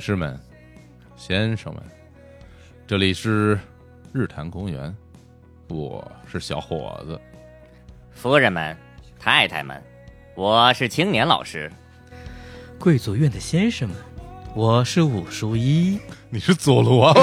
士们、先生们，这里是日坛公园，我是小伙子。夫人们、太太们，我是青年老师。贵族院的先生们，我是武叔 一。你是佐罗 吧？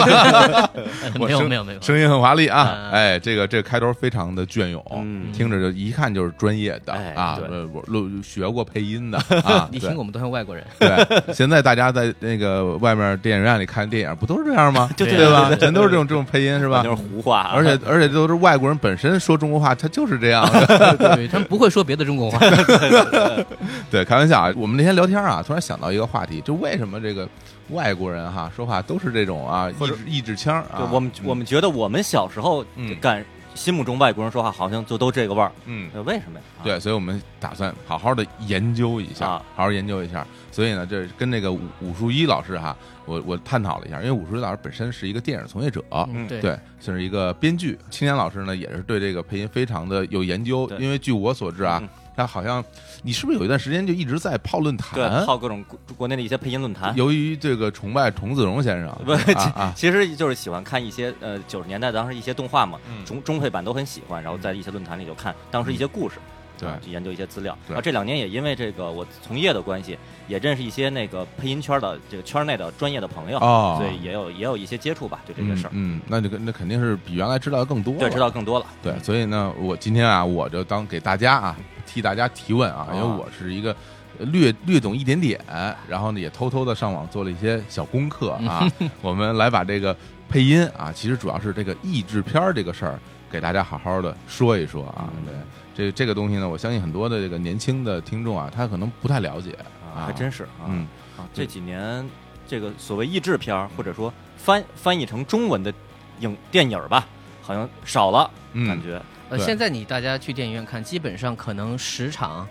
呃我没有声没有没有，声音很华丽啊！啊哎，这个这个开头非常的隽永，嗯听着就一看就是专业的、哎啊，对呃我录学过配音 的啊。你对听我们都像外 国人。对，现在大家在那个外面电影院里看电影，不都是这样吗？对 对吧对对？全都是这种这种配音是吧就是？胡话啊，而且而且都是外国人本身说中国话，他就是这样的。 对，他们不会说别的中国话。对，开玩笑啊！我们那天聊天啊，突然想到一个话题，就为什么这个外国人哈说话都是这种啊，或意者志意志腔儿对啊？我们我们觉得我们小时候嗯感心目中外国人说话好像就都这个味儿，嗯，呃为什么呀？啊，对，所以我们打算好好的研究一下，啊好好研究一下。所以呢，这跟那个武武术一老师哈，我我探讨了一下，因为武术一老师本身是一个电影从业者，嗯对，对，算是一个编剧。青年老师呢，也是对这个配音非常的有研究，对因为据我所知啊嗯，他好像你是不是有一段时间就一直在泡论坛对，？靠各种国国内的一些配音论坛，由于这个崇拜童子荣先生，啊不啊这啊，其实就是喜欢看一些呃九十年代当时一些动画嘛，嗯中中配版都很喜欢，然后在一些论坛里就看当时一些故事，对啊去研究一些资料。对然后这两年也因为这个我从业的关系，也认识一些那个配音圈的这个圈内的专业的朋友，哦，所以也有也有一些接触吧，对这嗯些事儿，嗯，那就跟那肯定是比原来知道的更多了，对，知道更多了。对，所以呢，我今天啊，我就当给大家啊，替大家提问啊，因为啊我是一个略略懂一点点，然后呢，也偷偷的上网做了一些小功课 啊。我们来把这个配音啊，其实主要是这个译制片儿这个事儿，给大家好好的说一说啊。对，嗯这这个东西呢，我相信很多的这个年轻的听众啊，他可能不太了解啊，还真是啊。嗯，啊，这几年这个所谓译制片儿，或者说翻翻译成中文的影电影儿吧，好像少了，嗯感觉呃，对现在你大家去电影院看，基本上可能十场，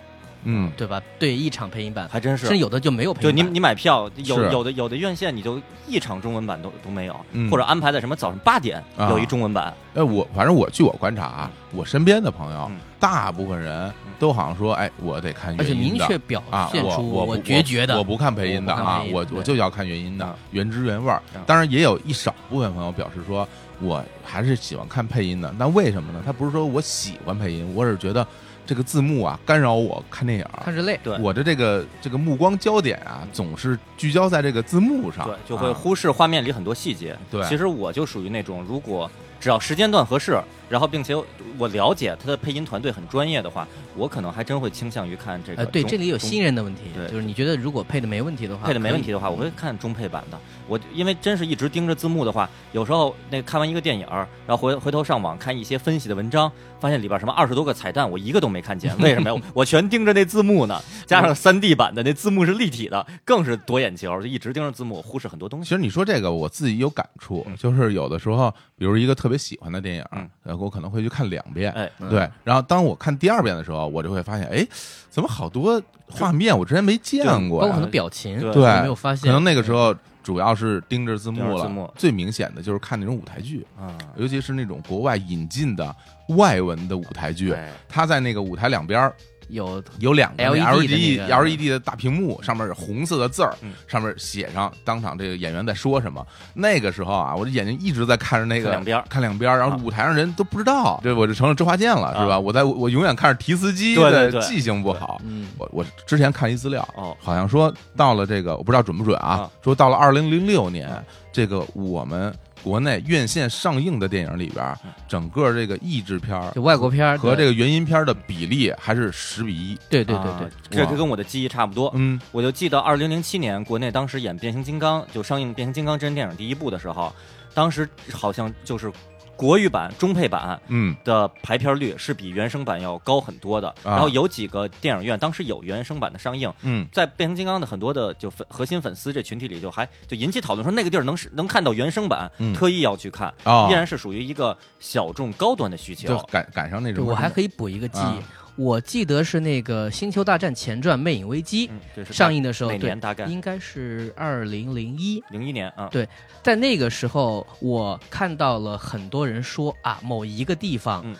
嗯，对吧？对一场配音版，还真甚至是。有的就没有配就音你版。你买票，有是有的有的院线你就一场中文版都都没有嗯，或者安排在什么早上八点啊有一中文版，哎，我反正我据我观察啊，我身边的朋友嗯，大部分人都好像说，哎，我得看嗯而原且音明的。确表啊，现我出我不决绝的，我不看配音的我不看啊配，音我对嗯我就要看原音的啊，原汁原味儿啊。当然也有一少部分朋友表示说，我还是喜欢看配音的。那为什么呢？他不是说我喜欢配音，我只是觉得这个字幕啊干扰我看电影儿。看着累。对我的这个这个目光焦点啊，总是聚焦在这个字幕上，对，就会啊忽视画面里很多细节。对其实我就属于那种，如果只要时间段合适，然后并且我了解他的配音团队很专业的话，我可能还真会倾向于看这个呃，中。对，这里有中新人的问题，对就是你觉得如果配的没问题的话，啊配的没可以问题的话，我会看中配版的。我因为真是一直盯着字幕的话，有时候那看完一个电影儿，然后回回头上网看一些分析的文章，发现里边什么二十多个彩蛋，我一个都没看见。为什 么呀？我全盯着那字幕呢。加上三 D 版的那字幕是立体的，更是夺眼球，就一直盯着字幕，我忽视很多东其西。实你说这个，我自己有感触，嗯就是有的时候，比如一个特别喜欢的电影嗯，呃，我可能会去看两遍，哎，对。嗯然后当我看第二遍的时候，我就会发现，哎，怎么好多画面我之前没见包过括呀很多？表情，对对，没有发现，可能那个时候主要是盯着字嗯盯幕着了，字幕最明显的就是看那种舞台剧，啊，尤其是那种国外引进的外文的舞台剧，哎它在那个舞台两边儿有有两个 E LED 的 LED 那个 LED 的大屏幕，上面有红色的字儿嗯，上面写上当场这个演员在说什么。那个时候啊，我的眼睛一直在看着那个看两边儿看两边儿，然后啊舞台上人都不知道，对，我就成了周华健了，是吧？啊我在我永远看着提斯基对的对对记性不好。嗯，我我之前看一资料，哦，好像说到了这个，我不知道准不准啊啊，说到了二零零六年啊，这个我们国内院线上映的电影里边儿嗯，整个这个译制片儿就外国片儿和这个，个原音片儿的比例还是十比一。对对啊对对，这哇这跟我的记忆差不多。嗯我就记得二零零七年国内当时演《变形金刚》就上映《变形金刚》真人电影第一部的时候，当时好像就是国语版中配版嗯的排片率是比原声版要高很多的。啊然后有几个电影院当时有原声版的上映，嗯，在《变形金刚》的很多的就粉核心粉丝这群体里，就还就引起讨论说那个地儿能是能看到原声版，嗯特意要去看，哦依然是属于一个小众高端的需就求。赶赶上那对种。我还可以补一个记忆啊，我记得是那个《星球大战前传：魅影危机嗯，这》是上映的时候哪，对年，大概？应该是二零零一，零一年啊，对在那个时候，我看到了很多人说啊，某一个地方嗯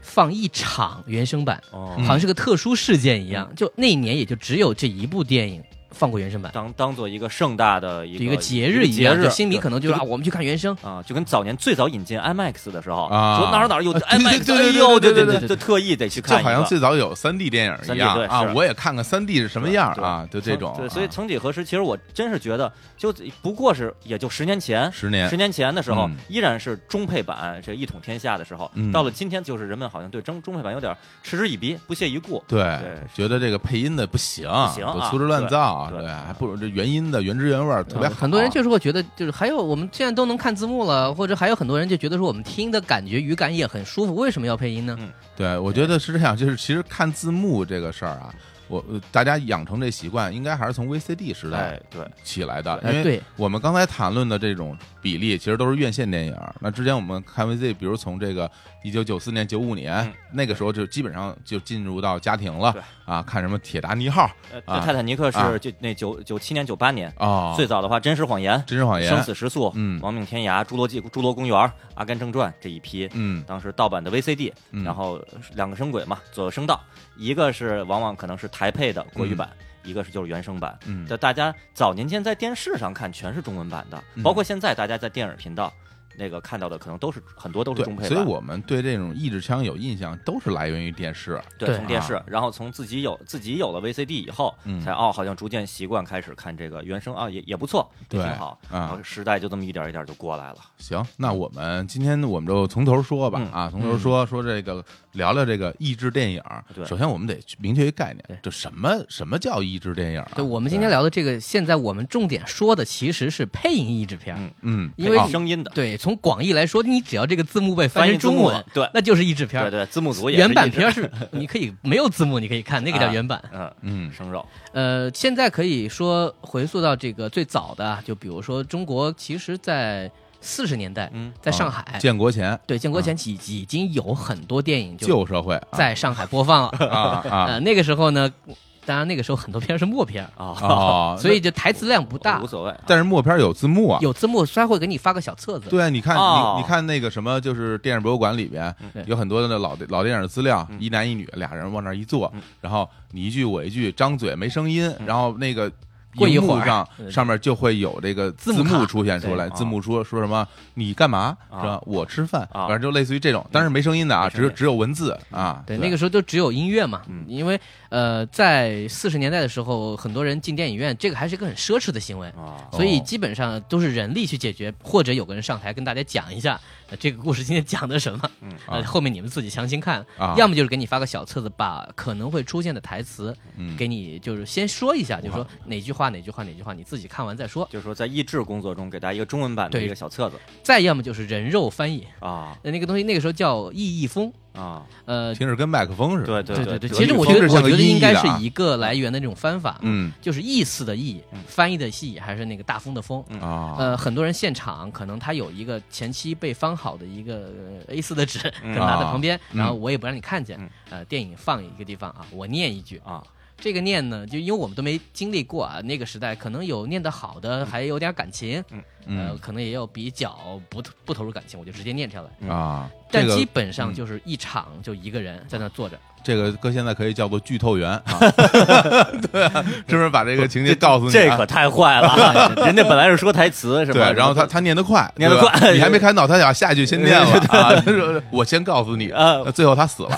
放一场原声版，哦嗯好像是个特殊事件一样，就那一年也就只有这一部电影放过原声版，当当做一个盛大的一就一个个节日一节样，日就，心里可能就是就啊，我们去看原声，啊，就跟早年最早引进 IMAX 的时候，啊说哪儿哪儿有啊 对对 IMAX，对哎对对呦，对就对就对就就特意得去这看一个，好像最早有三 D 电影一样 3D 对啊是，我也看看三 D 是什么样对啊，就这种啊。对，所以曾几何时，其实我真是觉得，就不过是也就十年前。十年十年前的时候嗯，依然是中配版这一统天下的时候嗯，到了今天，就是人们好像对中中配版有点嗤之以鼻、不屑一顾。对对，觉得这个配音的不行，行都啊粗制滥对嗯造，对，对还不如这原音的原汁原味儿特别好。啊很多人就是会觉得，就是还有我们现在都能看字幕了，或者还有很多人就觉得说我们听的感觉语感也很舒服，为什么要配音呢？对，我觉得是这样，就是其实看字幕这个事儿啊，我呃大家养成这习惯，应该还是啊从 VCD 时代哎，对，起来的，哎因为对我们刚才谈论的这种比例，其实都是院线电影儿。那之前我们看 VC，比如从这个一九九四年、九五年、嗯那个时候，就基本上就进入到家庭了对啊，看什么《铁达尼号呃啊泰坦尼克啊是就那九九七年、九八年》哦，最《早的话，《真实谎言》真实谎《言生》死时速》嗯亡命天涯》《侏罗纪侏罗公园》《阿甘正传》这一批，嗯，当时盗版的 VCD，嗯然后两个声轨嘛，左右声道，一个是往往可能是台配的国语版，一个是就是原声版。嗯就大家早年间在电视上看全是中文版的，嗯包括现在大家在电影频道那个看到的，可能都是很多都是对中，配版。所以我们对这种意志腔有印象，都是来源于电视。对对从电视啊，然后从自己有自己有了 VCD 以后嗯，才哦，好像逐渐习惯开始看这个原声啊，也也不错，也对挺好。啊然后时代就这么一点一点就过来了。行，那我们今天我们就从头说吧，嗯啊，从头说说这个，聊聊这个益智电影。对首先我们得去明确一概对念，就什么什么叫益智电影、啊？对，我们今天聊的这个，现在我们重点说的其实是配音译制片儿，嗯嗯，因为配声音的对，从广义来说，你只要这个字幕被翻译成中文，，对那就是译制片对儿。对，字幕组也是原版一直片儿是你可以没有字幕，你可以看，那个叫啊原版。嗯嗯，生肉，呃，现在可以说回溯到这个最早的啊，就比如说中国，其实在四十年代，嗯在上啊海，建国前对建国前已已经有很多电影就旧社会啊在上海播放 了。啊啊 呃，那个时候呢，当然那个时候很多片儿是默片儿，啊啊，哦 所以就台词量不大无，所谓。但是默片有字幕啊。有字幕，他会给你发个小册子。对，你看，哦你你看那个什么，就是电影博物馆里边嗯有很多的老老电影资料，嗯一男一女俩人往那儿一坐嗯，然后你一句我一句，张嘴没声音，嗯然后那个过一荧幕会儿上对上面就会有这个 字字幕卡啊出现出来，对字幕说说什么你干嘛啊是吧？我吃饭，啊反正就类似于嗯这种，但是没声音的啊，没声只有音只有文字啊。对，那个时候就只有音乐嘛，嗯因为呃，在四十年代的时候，很多人进电影院，这个还是一个很奢侈的行为，啊，所以哦基本上都是人力去解决，或者有个人上台跟大家讲一下、 呃这个故事今天讲的什么，嗯呃，啊后面你们自己详情看。啊，要么就是给你发个小册子，把可能会出现的台词嗯给你，就是先说一下，就是说哪句话哪句话哪句话，你自己看完再说。就是说在译制工作中给大家一个中文版的对一个小册子再要么就是人肉翻译，啊呃那个东西那个时候叫意译风，啊，呃，听着跟麦克风似的。对对对对，德其实语我风觉得是我像个觉得音译应该的是啊一个来源的这种翻法，嗯就是意思的意嗯，翻译的意还是那个大风的风。嗯啊，呃，很多人现场可能他有一个前期被翻好的一个呃 A 4的纸，可嗯能拿在旁边，嗯然后我也不让你看见嗯。呃，电影放一个地方啊，我念一句。啊，这个念呢，就因为我们都没经历过啊，那个时代可能有念得好的，还有点感情，呃，嗯可能也有比较不不投入感情，我就直接念下来。呃啊，这但个基本上嗯就是一场就一个人在那坐着，这个搁现在可以叫做剧透员 啊，对啊，是不是把这个情节告诉你啊？这可太坏 了，啊人家本来是说台词是对吧？，然后他他念得快，念得快对吧你还没看到，他想下一句 先念了啊，就是我先告诉你，啊最后他死 了，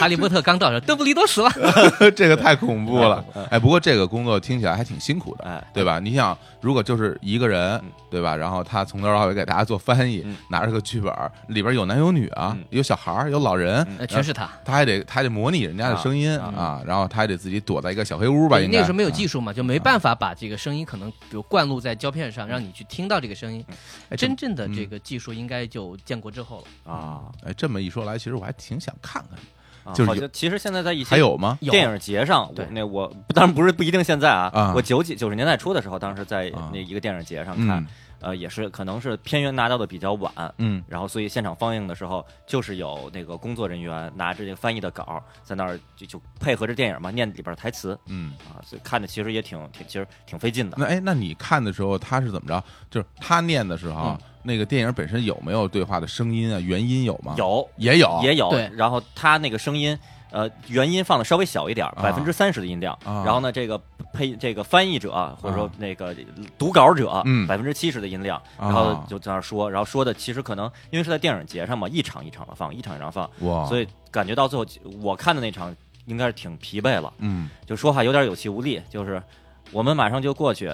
哈利波特刚到这，邓布利多死了。 这个太恐怖了。啊哎，不过这个工作听起来还挺辛苦的，哎，对吧？你想，如果就是一个人嗯，对吧？然后他从头到尾给大家做翻译嗯，拿着个剧本，里边有男有女啊嗯，有小孩儿有老人，啊呃，全是他。他还得他还得模拟人家的声音啊啊，然后他还得自己躲在一个小黑屋吧，对应那该啊个时候没有技术嘛，就没办法把这个声音可能比如灌录在胶片上，让你去听到这个声音。哎这真么正的嗯这个技术应该就建国之后了。啊，哎，这么一说来，其实我还挺想看看的，啊就是好有像其实现在在一些还有吗？有电影节上，我对那我当然不是不一定现在啊啊，我九几九十年代初的时候，当时在啊那一个电影节上看嗯，呃，也是可能是片源拿到的比较晚，嗯然后所以现场放映的时候，就是有那个工作人员拿着这个翻译的稿儿在那儿就就配合着电影嘛念里边的台词嗯。啊，所以看着其实也挺挺其实挺费劲的。那哎，那你看的时候他是怎么着？就是他念的时候，嗯那个电影本身有没有对话的声音啊？原音有吗？，有也有，也有对，然后他那个声音呃原音放的稍微小一点，百分之三十的音量。啊然后呢，这个配这个翻译者啊或者说啊那个读稿者嗯，百分之七十的音量，啊然后就在那儿说，然后说的其实可能因为是在电影节上嘛，一场一场的放，一场一场放，哇，所以以感觉到最后我看的那场应该是挺疲惫了。嗯，就说话有点有气无力，就是我们马上就过去。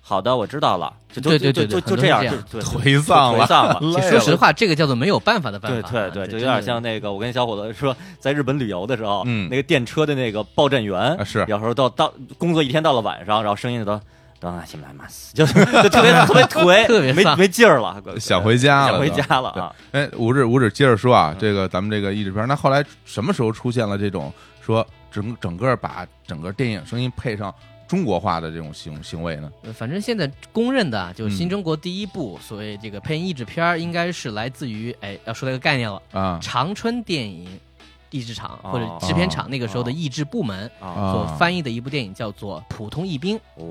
好的，我知道了，就就对就对对就就对就这样，很多就人就就 颓丧就了颓，丧了。 累说了实，话，这个叫做没有办法的办对啊法。啊对这对，就有真点的像那个，我跟小伙子说，在日本旅游的时候，嗯那个电车的那个报站员啊，是有时候到到工作一天到了晚上，然后声音就都等啊，行不行？妈死，就 就特别特别颓，特别没丧没劲儿了，呃想回家了，想回家了啊！哎，吴志吴志接着说啊，这个咱们这个译制片儿，那后来什么时候出现了这种说整整个把整个电影声音配上中国化的这种行行为呢？呃反正现在公认的啊，就是嗯新中国第一部所谓这个配音译制片儿，应该是来自于哎，要说到一个概念了，啊长春电影译制厂哦或者制片厂那个时候的译制部门啊啊所翻译的一部电影叫做《普通译兵》，哦，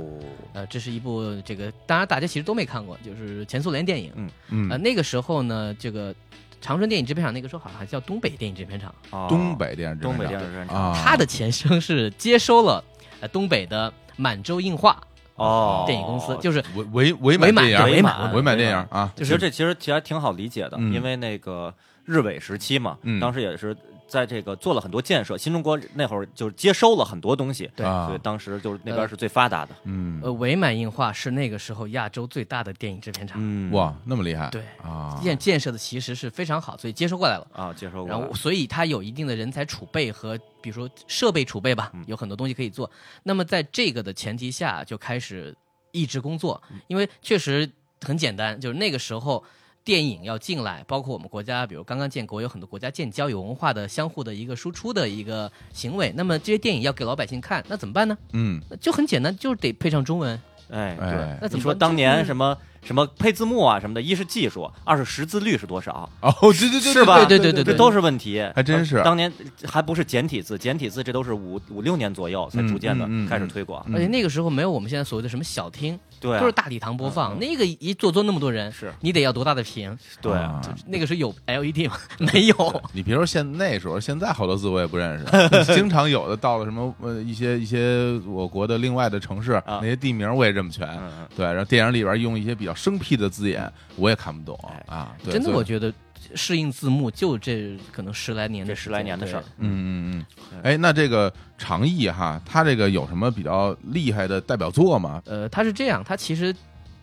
呃，这是一部这个当然大家其实都没看过，就是前苏联电影。嗯呃，，那个时候呢，这个长春电影制片厂那个时候好像还叫东北电影制片厂，哦东北电视东北电视剧啊，它的前身是接收了呃东北的满洲映画哦，电影公司，就是伪伪伪伪满满电影，伪满伪满电影啊，其实这其实其实还挺好理解的，嗯因为那个日伪时期嘛，嗯当时也是在这个做了很多建设，新中国那会儿就是接收了很多东西，对啊所以当时就是那边是最发达的。嗯呃，伪满映画是那个时候亚洲最大的电影制片厂，嗯，哇，那么厉害，对啊，建建设的其实是非常好，所以接收过来了。啊，接收过然来后，所以它有一定的人才储备和，比如说设备储备吧嗯，有很多东西可以做。那么在这个的前提下，就开始一直工作，嗯因为确实很简单，就是那个时候电影要进来，包括我们国家，比如刚刚建国，有很多国家建交，有文化的相互的一个输出的一个行为。那么这些电影要给老百姓看，那怎么办呢？嗯，那就很简单，就是得配上中文。哎，对。哎那，怎你么说办当年什么？么什么配字幕啊什么的，一是技术，二是识字率是多少，哦，对对对，是吧？对对对对这都是问题。呃还真是当年还不是简体字，简体字这都是五五六年左右才逐渐的嗯嗯嗯开始推广。嗯而且那个时候没有我们现在所谓的什么小厅，对啊，都是大礼堂播放，嗯嗯那个一坐坐那么多人，是你得要多大的屏？对啊，啊那个时候有 LED 吗？ 没有。你别说现那时候，现在好多字我也不 认识，经常有的到了什么呃一些一些我国的另外的城市，那些地名我也认不全。啊嗯嗯。对，然后电影里边用一些比较生僻的字眼，我也看不懂哎啊。对真的，所以我觉得适应字幕就这可能十来年的这十来年的事儿，嗯嗯嗯。哎，那这个长译哈，他这个有什么比较厉害的代表作吗？对。呃，他是这样，他其实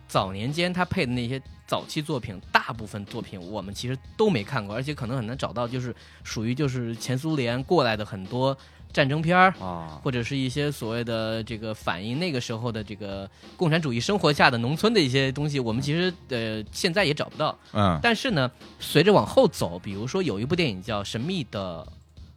早年间他配的那些早期作品，大部分作品我们其实都没看过，而且可能很难找到，就是属于就是前苏联过来的很多战争片儿。啊，或者是一些所谓的这个反映那个时候的这个共产主义生活下的农村的一些东西，我们其实呃现在也找不到。嗯但是呢，随着往后走，比如说有一部电影叫《神秘的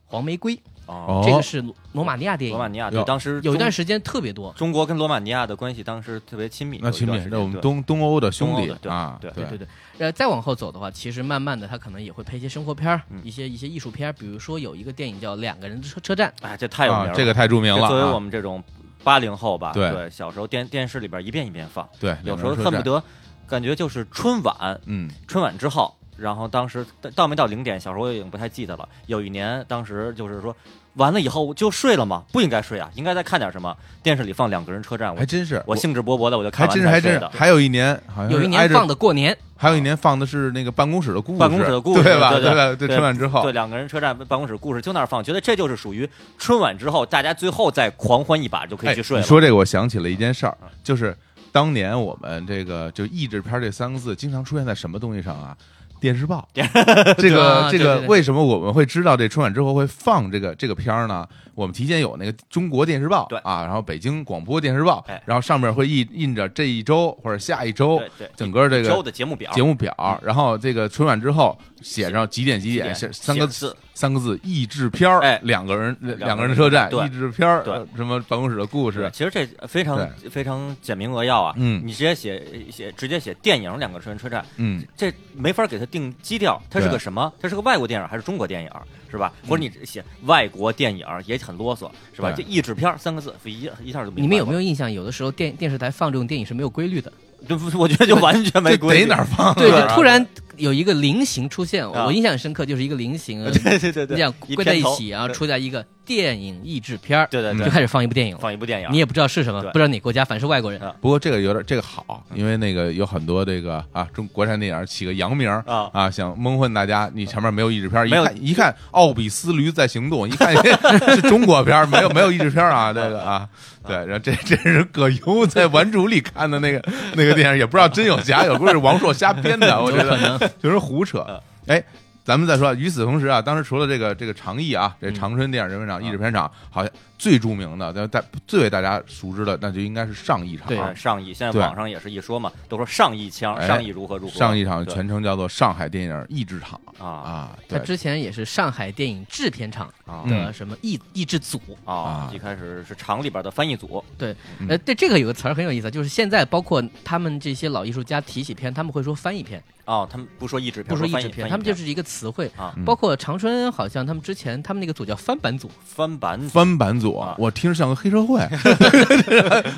黄玫瑰》，哦，这个是罗罗马尼亚电罗影，马尼亚有对，当时有一段时时间特别多。中国跟罗马尼亚的关系当时特别亲密，那有一秦段敏时，间那我们对东东欧的兄弟东欧的对啊，对对对对，呃，再往后走的话，其实慢慢的，他可能也会配一些生活片儿、嗯一些一些艺术片儿，比如说有一个电影叫《两个人的车车站》，哎，这太有名啊了，，这个太著名这了啊。作为我们这种八零后吧，对对，小时候电电视里边一遍一遍放，啊对，有时两候个人恨不车站得感觉就是春晚，嗯春晚之后，然后当时到到没到零点，小时候我已经不太记得了。有一年，当时就是说完了以后就睡了嘛，不应该睡啊，应该再看点什么。电视里放两个人车站，我还真是我兴致勃勃的我就还看完真是才还真睡是，的。还有一年好哎像是有一挨年着放的过年，还有一年放的是那个办公室的故事，办公室的故事对吧？对对吧？对对春晚之后对，，两个人车站办公室故事就那儿放，觉得这就是属于春晚之后，大家最后再狂欢一把就可以去睡哎了。你说这个，我想起了一件事儿啊，就是当年我们这个就译制片儿这三个字经常出现在什么东西上啊？电视 报，这个啊这对个对对为什么我们会知道这春晚之后会放这个这个片儿呢？我们提前有那个中国电视报，对啊，然后北京广播电视报哎，然后上面会印印着这一周或者下一周对对，整个这周个的节目表嗯节目表，然后这个春晚之后写上几点几几点，点是三个写字三个字，译制片儿，哎两个人两两个个人人车站，对译制片儿，对呃什么办公室的故对事，其实这非常非常简明扼要啊。嗯你直接写写直接写电影两个车车站，嗯，这没法给它定基调，它是对嗯个什么？它是个外国电影还是中国电影，是吧？或者你写外国电影也很啰嗦，是吧？这对译制片儿三个字，一一下就明白了你们有没有印象？有的时候 电电视台放这种电影是没有规律的，就不是我觉得就完全没这规得律哪儿放哪儿啊？对，就突然有一个菱形出现， 啊我印象很深刻，就是一个菱形， 对对对你对，想一归在一片头起，然后对出来一个电影译制片儿，对对就对，开始放一部电影了，放一部电影，你也不知道是什么，啊对不知道哪国家，反正是外国人啊。不过这个有点这个好，嗯因为那个有很多这个啊中国产电影起个洋名儿啊 啊，想蒙混大家，你前面没有译制片儿，一没有看一看《奥比斯驴在行动》，一看 是中国片儿，没有没有译制片儿啊，这个啊，对，然后这这是葛优在《顽主》里看的那个那个电影，也不知道真有假有，估计是王朔瞎编的，我觉得就是胡扯。哎，咱们再说，与此同时啊，当时除了这个这个长艺啊，这长春电影人文场、译制片厂，好像最著名的，但大最为大家熟知的，那就应该是上艺场。对啊，上亿，现在对网上也是一说嘛，都说上亿枪，哎上亿如何如何，上一场对全称叫做上海电影译制场啊啊，他对之前也是上海电影制片厂啊的什么译译制组，啊啊！一开始是厂里边的翻译组，嗯呃，对这个有个词儿很有意思，就是现在包括他们这些老艺术家提起片，他们会说翻译片，哦，他们不说译制片，不说译翻制译片，他们就是一个词汇啊。嗯包括长春，好像他们之前他们那个组叫翻版组，翻版组翻版组啊，我听着像个黑社会，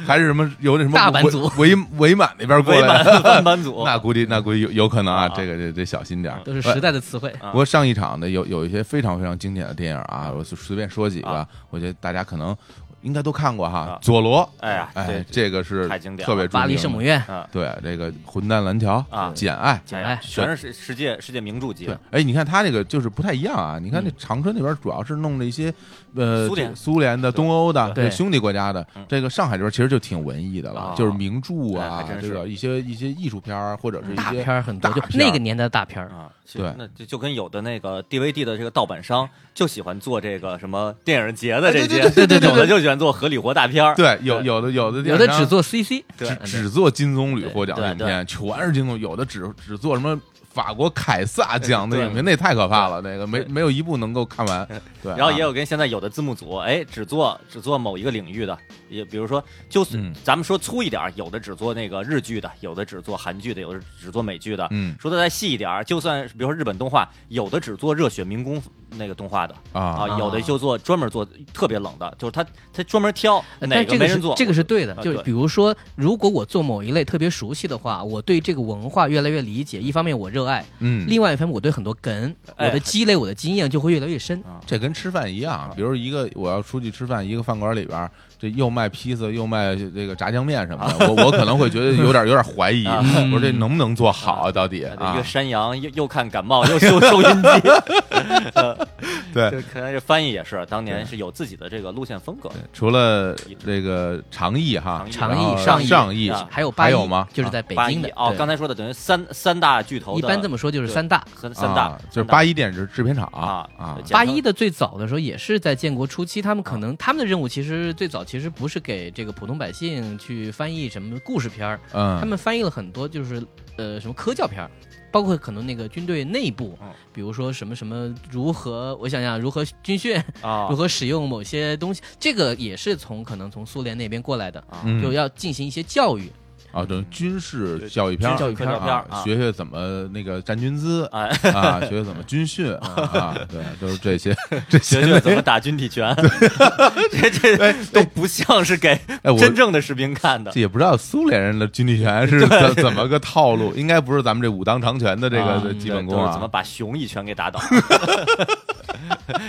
还是什么有那什么大版伪组伪伪满那边过伪来版 的，翻版组 那估计那估计有有可能啊，啊这个得得小心点儿。都是时代的词汇。啊不过上一场呢，有有一些非常非常经典的电影啊，我就随便说几个啊，我觉得大家可能应该都看过哈啊， 《佐罗》哎呀哎对，这个是太经典了特别著巴黎名圣母的，院，啊，对这个《混蛋蓝桥》啊简爱》简哎呀爱全是世界世界名著级对的，，哎，你看他这个就是不太一样啊。你看那嗯长春那边主要是弄了一些，呃，苏联这个苏联的、对东欧的、对这兄弟国家的嗯。这个上海这边其实就挺文艺的了啊，就是名著哎啊还，真这是嗯个一些一些艺术片儿啊或者是一大些片儿很多，大就片儿那个年代的大片儿。啊，其对那就就跟有的那个 DVD 的这个盗版商就喜欢做这个什么电影节的哎这对些，对对对对有的就喜欢做合理活大片儿，对嗯有有的有的有电的影上只做 CC，只对只做金棕榈获奖的对影对片，全是金棕榈，有的只只做什么法国凯撒奖的影片，那太可怕了，那个没对没有一部能够看完。对，然后也啊有跟现在有的字幕组，哎，只做只做某一个领域的，也比如说，就是、嗯咱们说粗一点儿，有的只做那个日剧的，有的只做韩剧的，有的只做美剧的。嗯说的再细一点儿，就算是比如说日本动画，有的只做热血民工那个动画的啊，有的就做专门做特别冷的，就是他他专门挑呃哪但这没个人是做，这个是对的啊，就是对比如说，如果我做某一类特别熟悉的话，我对这个文化越来越理解。一方面我热爱，嗯，另外一方面我对很多梗，我哎的积累，我的经验就会越来越深。这跟吃饭一样，啊比如一个我要出去吃饭，一个饭馆里边儿，这又卖披萨又卖这个炸酱面什么的，我我可能会觉得有点有点怀疑，啊我说这能不能做好啊？到底一啊个？山羊呃又又看感冒又修 收音机，对，呃就可能这翻译也是当年是有自己的这个路线风格的。除了这个长艺哈，长然艺后上艺上艺啊还有八还一有吗？就是在啊北八京一的哦，对刚才说的等于三三大巨头的，一般这么说就是对三大。三三大啊，就是八一电影制片厂啊啊对，八一的最早的时候也是在建国初期，他们可能他们的任务其实最早其实不是给这个普通百姓去翻译什么故事片儿，他嗯们翻译了很多就是呃什么科教片儿，包括可能那个军队内部嗯，比如说什么什么如何，我想想如何军训，啊如何使用某些东西，这个也是从可能从苏联那边过来的，啊嗯就要进行一些教育，啊，等于军事对教育片儿军事教育片儿啊，啊学学怎么那个站军姿哎啊，学学怎么军训 啊，对，就是这些这些学学怎么打军体拳，这哎这都不像是给哎，我真正的士兵看的这也不知道苏联人的军体拳是怎怎么个套路，应该不是咱们这武当长拳的这啊个基本功对就是怎么啊。把熊一拳给打倒。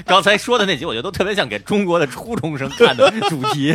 刚才说的那集，我觉得都特别像给中国的初中生看的主 题，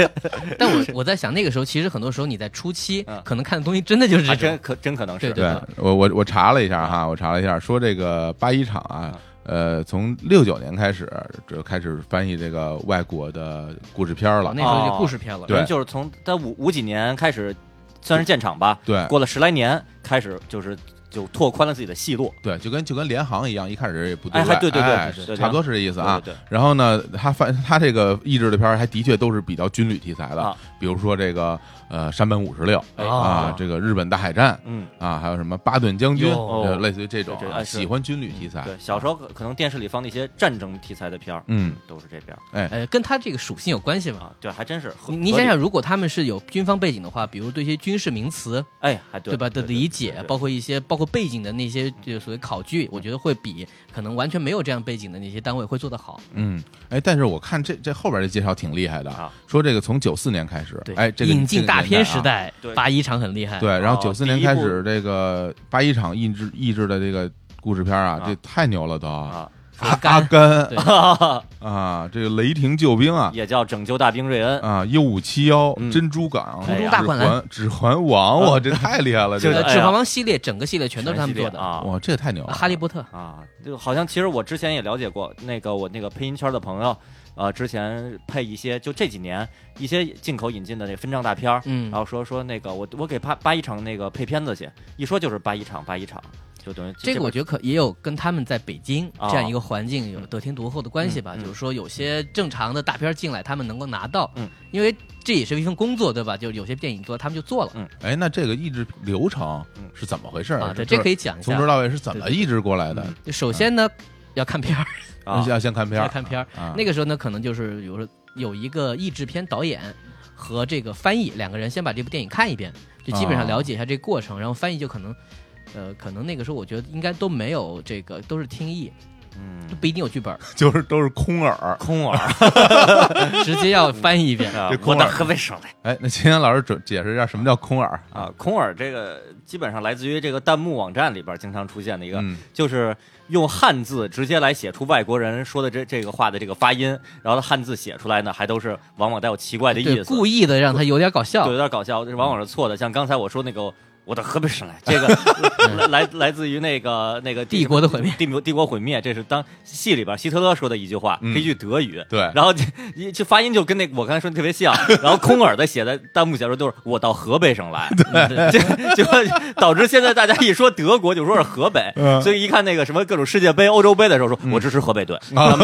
但我我在想，那个时候其实很多时候你在初期嗯可能看的东西真的就是还这啊真种，可真可能是对对我我我查了一下哈，我查了一下，说这个八一厂啊啊，呃，从六九年开始就开始翻译这个外国的故事片了那。时候哦就故事片了。对人就是从他五五几年开始，算是建厂吧，对过了十来年开始就是就拓宽了自己的戏路，对对，就跟就跟联航一样，一开始也不对哎外，还对对对哎对对对差不多是这意思啊。对对然后呢，他翻他这个译制的片儿，还的确都是比较军旅题材的啊，比如说这个呃山本五十六哎啊啊，这个日本大海战嗯。啊，还有什么巴顿将军，哟呃类似于这种对对啊哎是喜欢军旅题材。对，小时候可可能电视里放的一些战争题材的片儿，嗯，都是这边儿呃，跟他这个属性有关系吧？啊。对，还真是合。你你合想理想，，如果他们是有军方背景的话，比如对一些军事名词，哎，还对吧的理解，包括括一些包括背景的那些就所谓考据，我觉得会比可能完全没有这样背景的那些单位会做得好。嗯，哎，但是我看这这后边这介绍挺厉害的，啊，说这个从九四年开始，对，哎，这个引进大片时代、代对，八一厂很厉害。对，然后哦九四第年一开部始，这个八一厂译制译制的这个故事片啊啊，这太牛了都。啊，阿阿甘甘对 啊，这个雷霆救兵啊也叫拯救大兵瑞恩，啊，幺五七幺嗯珍珠港空中指大灌篮环指环王，哇，这太厉害了，这就呃个哎呀指环王系列整个系列全都是他们系列做的，啊。哇，这也太牛了。哈利波特啊，就好像其实我之前也了解过，那个我那个配音圈的朋友，呃，之前配一些就这几年一些进口引进的那分账大片儿，嗯然后说说那个我我给八八一厂那个配片子去，一说就是八一厂八一厂，就等于这个我觉得可也有跟他们在北京哦这样一个环境有得天独厚的关系吧，嗯嗯就是说有些正常的大片进来，他们能够拿到，嗯因为这也是一份工作，对吧？就有些电影做他们就做了、哎，那这个译制流程嗯是怎么回事儿啊，对，就这是可以讲一从下头。到尾是怎么对对译制过来的？就首先呢，要看片儿，啊要先看片要儿，看片儿。啊那个时候呢，可能就是比如说有一个译制片导演和这个翻译两个人先把这部电影看一遍，就基本上哦了解一下这个过程，然后翻译就可能。呃，可能那个时候我觉得应该都没有这个，都是听译，嗯都不一定有剧本儿， 就是都是空耳。空耳，直接要翻译一遍。啊这空我耳到河北省来哎，那秦岩老师准解释一下什么叫空耳？啊，空耳这个基本上来自于这个弹幕网站里边儿经常出现的一个嗯，就是用汉字直接来写出外国人说的这这个话的这个发音，然后汉字写出来呢，还都是往往带有奇怪的对，意思，故意的让他有点搞笑对，有。点搞笑，这往往是错的。像刚才我说那个，我到河北省来，这个 来来来自于那个那个帝国的毁灭，帝国帝国毁灭，这是当戏里边希特勒说的一句话，嗯是一句德语。对，然后这一这发音就跟那我刚才说的特别像，然后空耳的写的弹幕写说都是我到河北省 来，这就导致现在大家一说德国就说是河北，嗯所以一看那个什么各种世界杯、欧洲杯的时候说，我支持河北 队，啊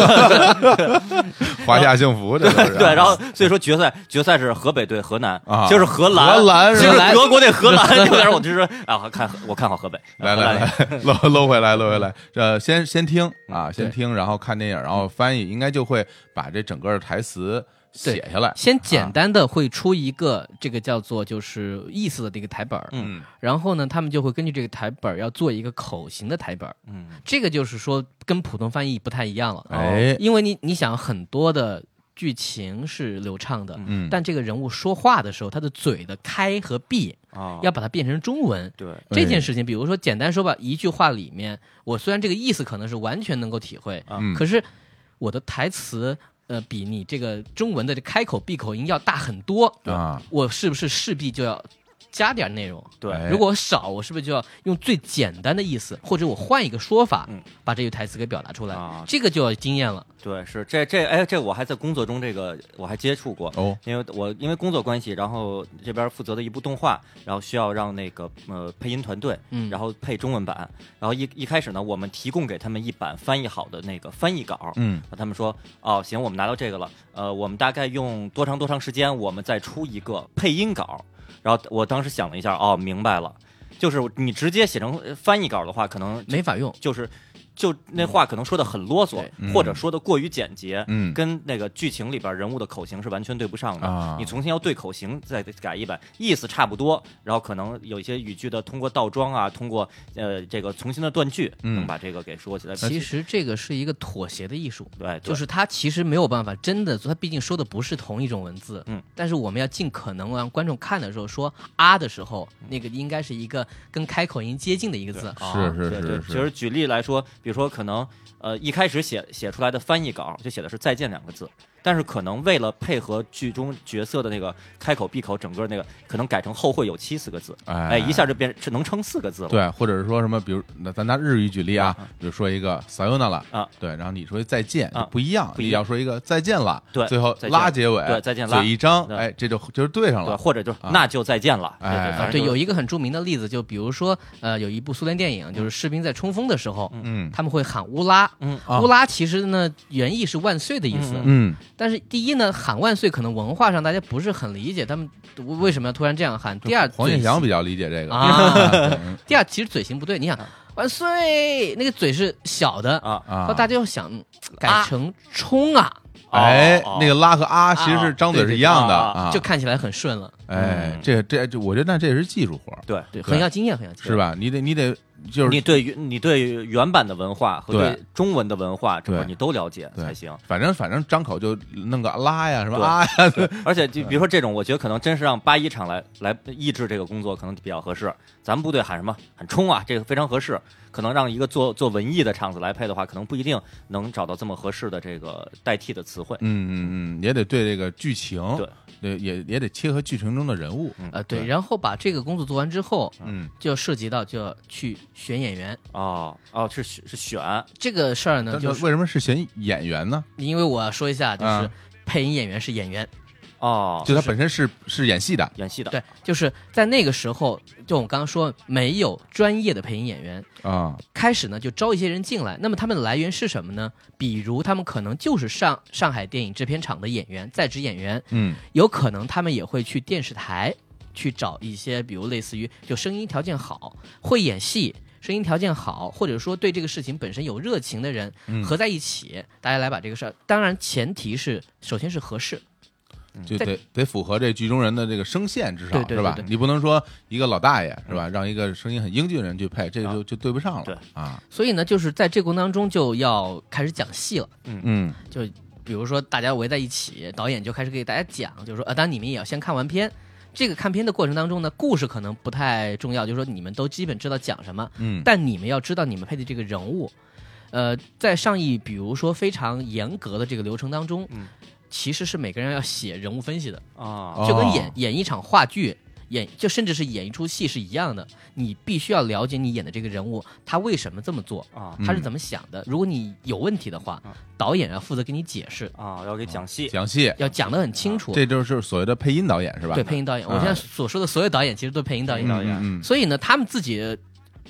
华夏幸福，这都是对，然后所以说决赛决赛是河北对河南，啊就是荷兰，荷兰就是荷兰德国对荷 兰，有点我就是啊，看我看好河北， 来荷来兰来， 搂搂回来，搂回来。呃，先先听啊，嗯先对听，然后看电影，然后翻译，应该就会把这整个台词写下来。先简单的会出一个这个叫做就是意思的这个台本儿，嗯嗯然后呢，他们就会根据这个台本儿要做一个口型的台本儿，嗯这个就是说跟普通翻译不太一样了，哎因为你你想很多的剧情是流畅的，嗯嗯，但这个人物说话的时候，他的嘴的开和闭啊，要把它变成中文，对这件事情，比如说简单说吧，一句话里面，我虽然这个意思可能是完全能够体会，嗯可是我的台词，呃，比你这个中文的这开口闭口音要大很多，啊，我是不是势必就要加点内容？对哎如果少，我是不是就要用最简单的意思，或者我换一个说法，嗯把这句台词给表达出来？啊这个就要经验了。对是这这哎这我还在工作中这个我还接触过。哦，因为我因为工作关系，然后这边负责的一部动画，然后需要让那个呃配音团队，嗯，然后后配中文版，然后一一开始呢，我们提供给他们一版翻译好的那个翻译稿，嗯然后他们说，哦，行，我们拿到这个了，呃，我们大概用多长多长时间，我们再出一个配音稿。然后我当时想了一下，哦，明白了，就是你直接写成呃翻译稿的话，可能没法用，就是就那话可能说的很啰嗦对，嗯或者说的过于简洁，嗯跟那个剧情里边人物的口型是完全对不上的。啊你重新要对口型再改一版，意思差不多，然后可能有一些语句的通过倒装啊，通过呃这个重新的断句，嗯能把这个给说起来。其实这个是一个妥协的艺术。对，对就是他其实没有办法真的，他毕竟说的不是同一种文字，嗯，但是我们要尽可能让观众看的时候说啊的时候，那个应该是一个跟开口音接近的一个字，啊是是嗯对对，是其是实，举例来说，比如说可能呃一开始写写出来的翻译稿就写的是“再见”两个字，但是可能为了配合剧中角色的那个开口闭口，整个那个可能改成“后会有期”四个字，哎，哎一下就变是能撑四个字了。嗯对，或者是说什么，比如那咱拿日语举例啊，比如说一个 sayonara 啊，对，然后你说再见啊不一样，不一你要说一个再见了，对最后再见拉结尾，对再见拉嗯嘴一张，对哎，这就就是对上对，了，或者就是啊那就再见了。对哎对，反啊对，正有就是一个很著名的例子，就比如说呃，有一部苏联电影，就是士兵在冲锋的时候，嗯他们会喊乌拉。嗯啊乌拉其实呢，原意是万岁的意思，嗯嗯但是第一呢，喊万岁可能文化上大家不是很理解，他们为什么要突然这样喊？第二，黄健嘴翔比较理解这个啊对嗯第二其实嘴型不对，你想啊万岁，那个嘴是小的，啊， 啊后，大家又想嗯改啊成冲啊，哎哦，那个拉和啊其实是张嘴是一样的啊啊，就看起来很顺了。哎嗯，这这这，我觉得那这也是技术活儿，对，对，很要经验，很要经验，是？吧？你得你得就是你对于你对于原版的文化和对对中文的文化，这个对你都了解对才 行。反正反正张口就弄个拉呀什么对啊呀，而且就比如说这种，我觉得可能真是让八一厂来来抑制这个工作，可能比较合适。咱们部队喊什么喊冲啊，这个非常合适。可能让一个做做文艺的厂子来配的话，可能不一定能找到这么合适的这个代替的词汇。嗯嗯嗯，也得对这个剧情，对对，也也得切合剧情中的人物，呃，对对，然后把这个工作做完之后，嗯就涉及到就要去选演员哦哦，是选是选这个事儿但呢，是就是为什么是选演员呢？因为我要说一下，就是嗯配音演员是演员，哦，就他本身是是演戏的，演戏的对，就是在那个时候，就我刚刚说没有专业的配音演员，啊，开始呢就招一些人进来，那么他们的来源是什么呢？比如他们可能就是上上海电影制片厂的演员，在职演员，嗯有可能他们也会去电视台去找一些，比如类似于就声音条件好、会演戏、声音条件好，或者说对这个事情本身有热情的人嗯，合在一起，大家来把这个事儿。当然，前提是首先是合适，就在得得符合这剧中人的这个声线，至少对对是吧对？对你不能说一个老大爷是吧，让一个声音很英俊的人去配，这个就就对不上了，对啊，所以呢，就是在这过程当中就要开始讲戏了。嗯就比如说大家围在一起，导演就开始给大家讲，就是说，呃，当然你们也要先看完片。这个看片的过程当中呢，故事可能不太重要，就是说你们都基本知道讲什么，嗯，但你们要知道你们配的这个人物，呃，在上一比如说非常严格的这个流程当中，嗯其实是每个人要写人物分析的，啊哦就跟演、演一场话剧。演就甚至是演一出戏是一样的，你必须要了解你演的这个人物他为什么这么做，啊他是怎么想的。如果你有问题的话，嗯导演要负责给你解释，啊，要给讲戏讲戏，要讲得很清楚。啊这就是所谓的配音导演是吧？对配音导演，啊我现在所说的所有导演其实都是配音导演。嗯导演嗯嗯所以呢，他们自己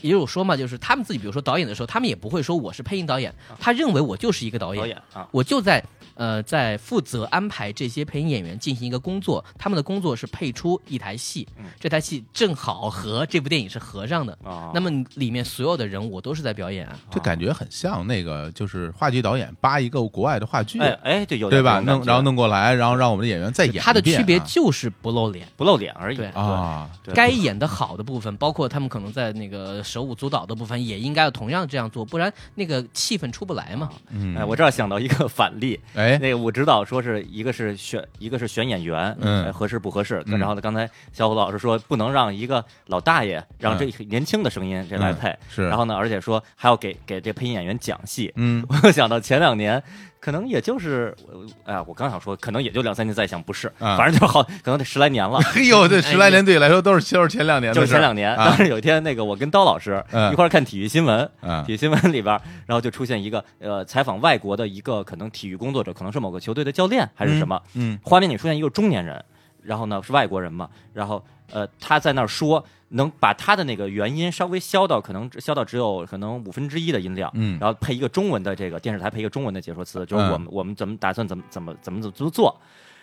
也有说嘛，就是他们自己，比如说导演的时候，他们也不会说我是配音导演，他认为我就是一个导导演，演啊我就在呃在负责安排这些配音演员进行一个工作，他们的工作是配出一台戏嗯，这台戏正好和这部电影是合上的。啊，那么里面所有的人物都是在表演啊，这感觉很像那个就是话剧导演扒一个国外的话剧，哎哎，对，有对点吧？这种弄感觉然后弄过来，然后让我们的演员再演一遍啊，它的区别就是不露脸。不露脸而已对啊，对该演的好的部分，包括他们可能在那个手舞足蹈的部分，也应该要同样这样做，不然那个气氛出不来嘛。嗯，哎，我这儿想到一个反例，哎，那个武指导说是一个是选一个是选演员，嗯哎合适不合适。嗯然后呢，刚才小虎老师说不能让一个老大爷让这年轻的声音这来嗯配，是，然后呢，而且说还要给给这配音演员讲戏。 嗯我想到前两年，可能也就是，我哎呀，我刚想说，可能也就两三年再想不是，啊反正就好，可能得十来年了。嘿哎呦，这十来年对你来说都是都是前两年的事就儿，是前两年，啊当时有一天，那个我跟刀老师嗯一块儿看体育新闻，啊体育新闻里边儿，然后就出现一个呃采访外国的一个可能体育工作者，可能是某个球队的教练还是什么，嗯画面里出现一个中年人，然后呢是外国人嘛，然后呃他在那儿说，能把他的那个元音稍微消到可能只消到只有可能五分之一的音量，嗯然后配一个中文的这个电视台配一个中文的解说词，就是我们、我们怎么打算怎么怎么怎么怎么怎么做，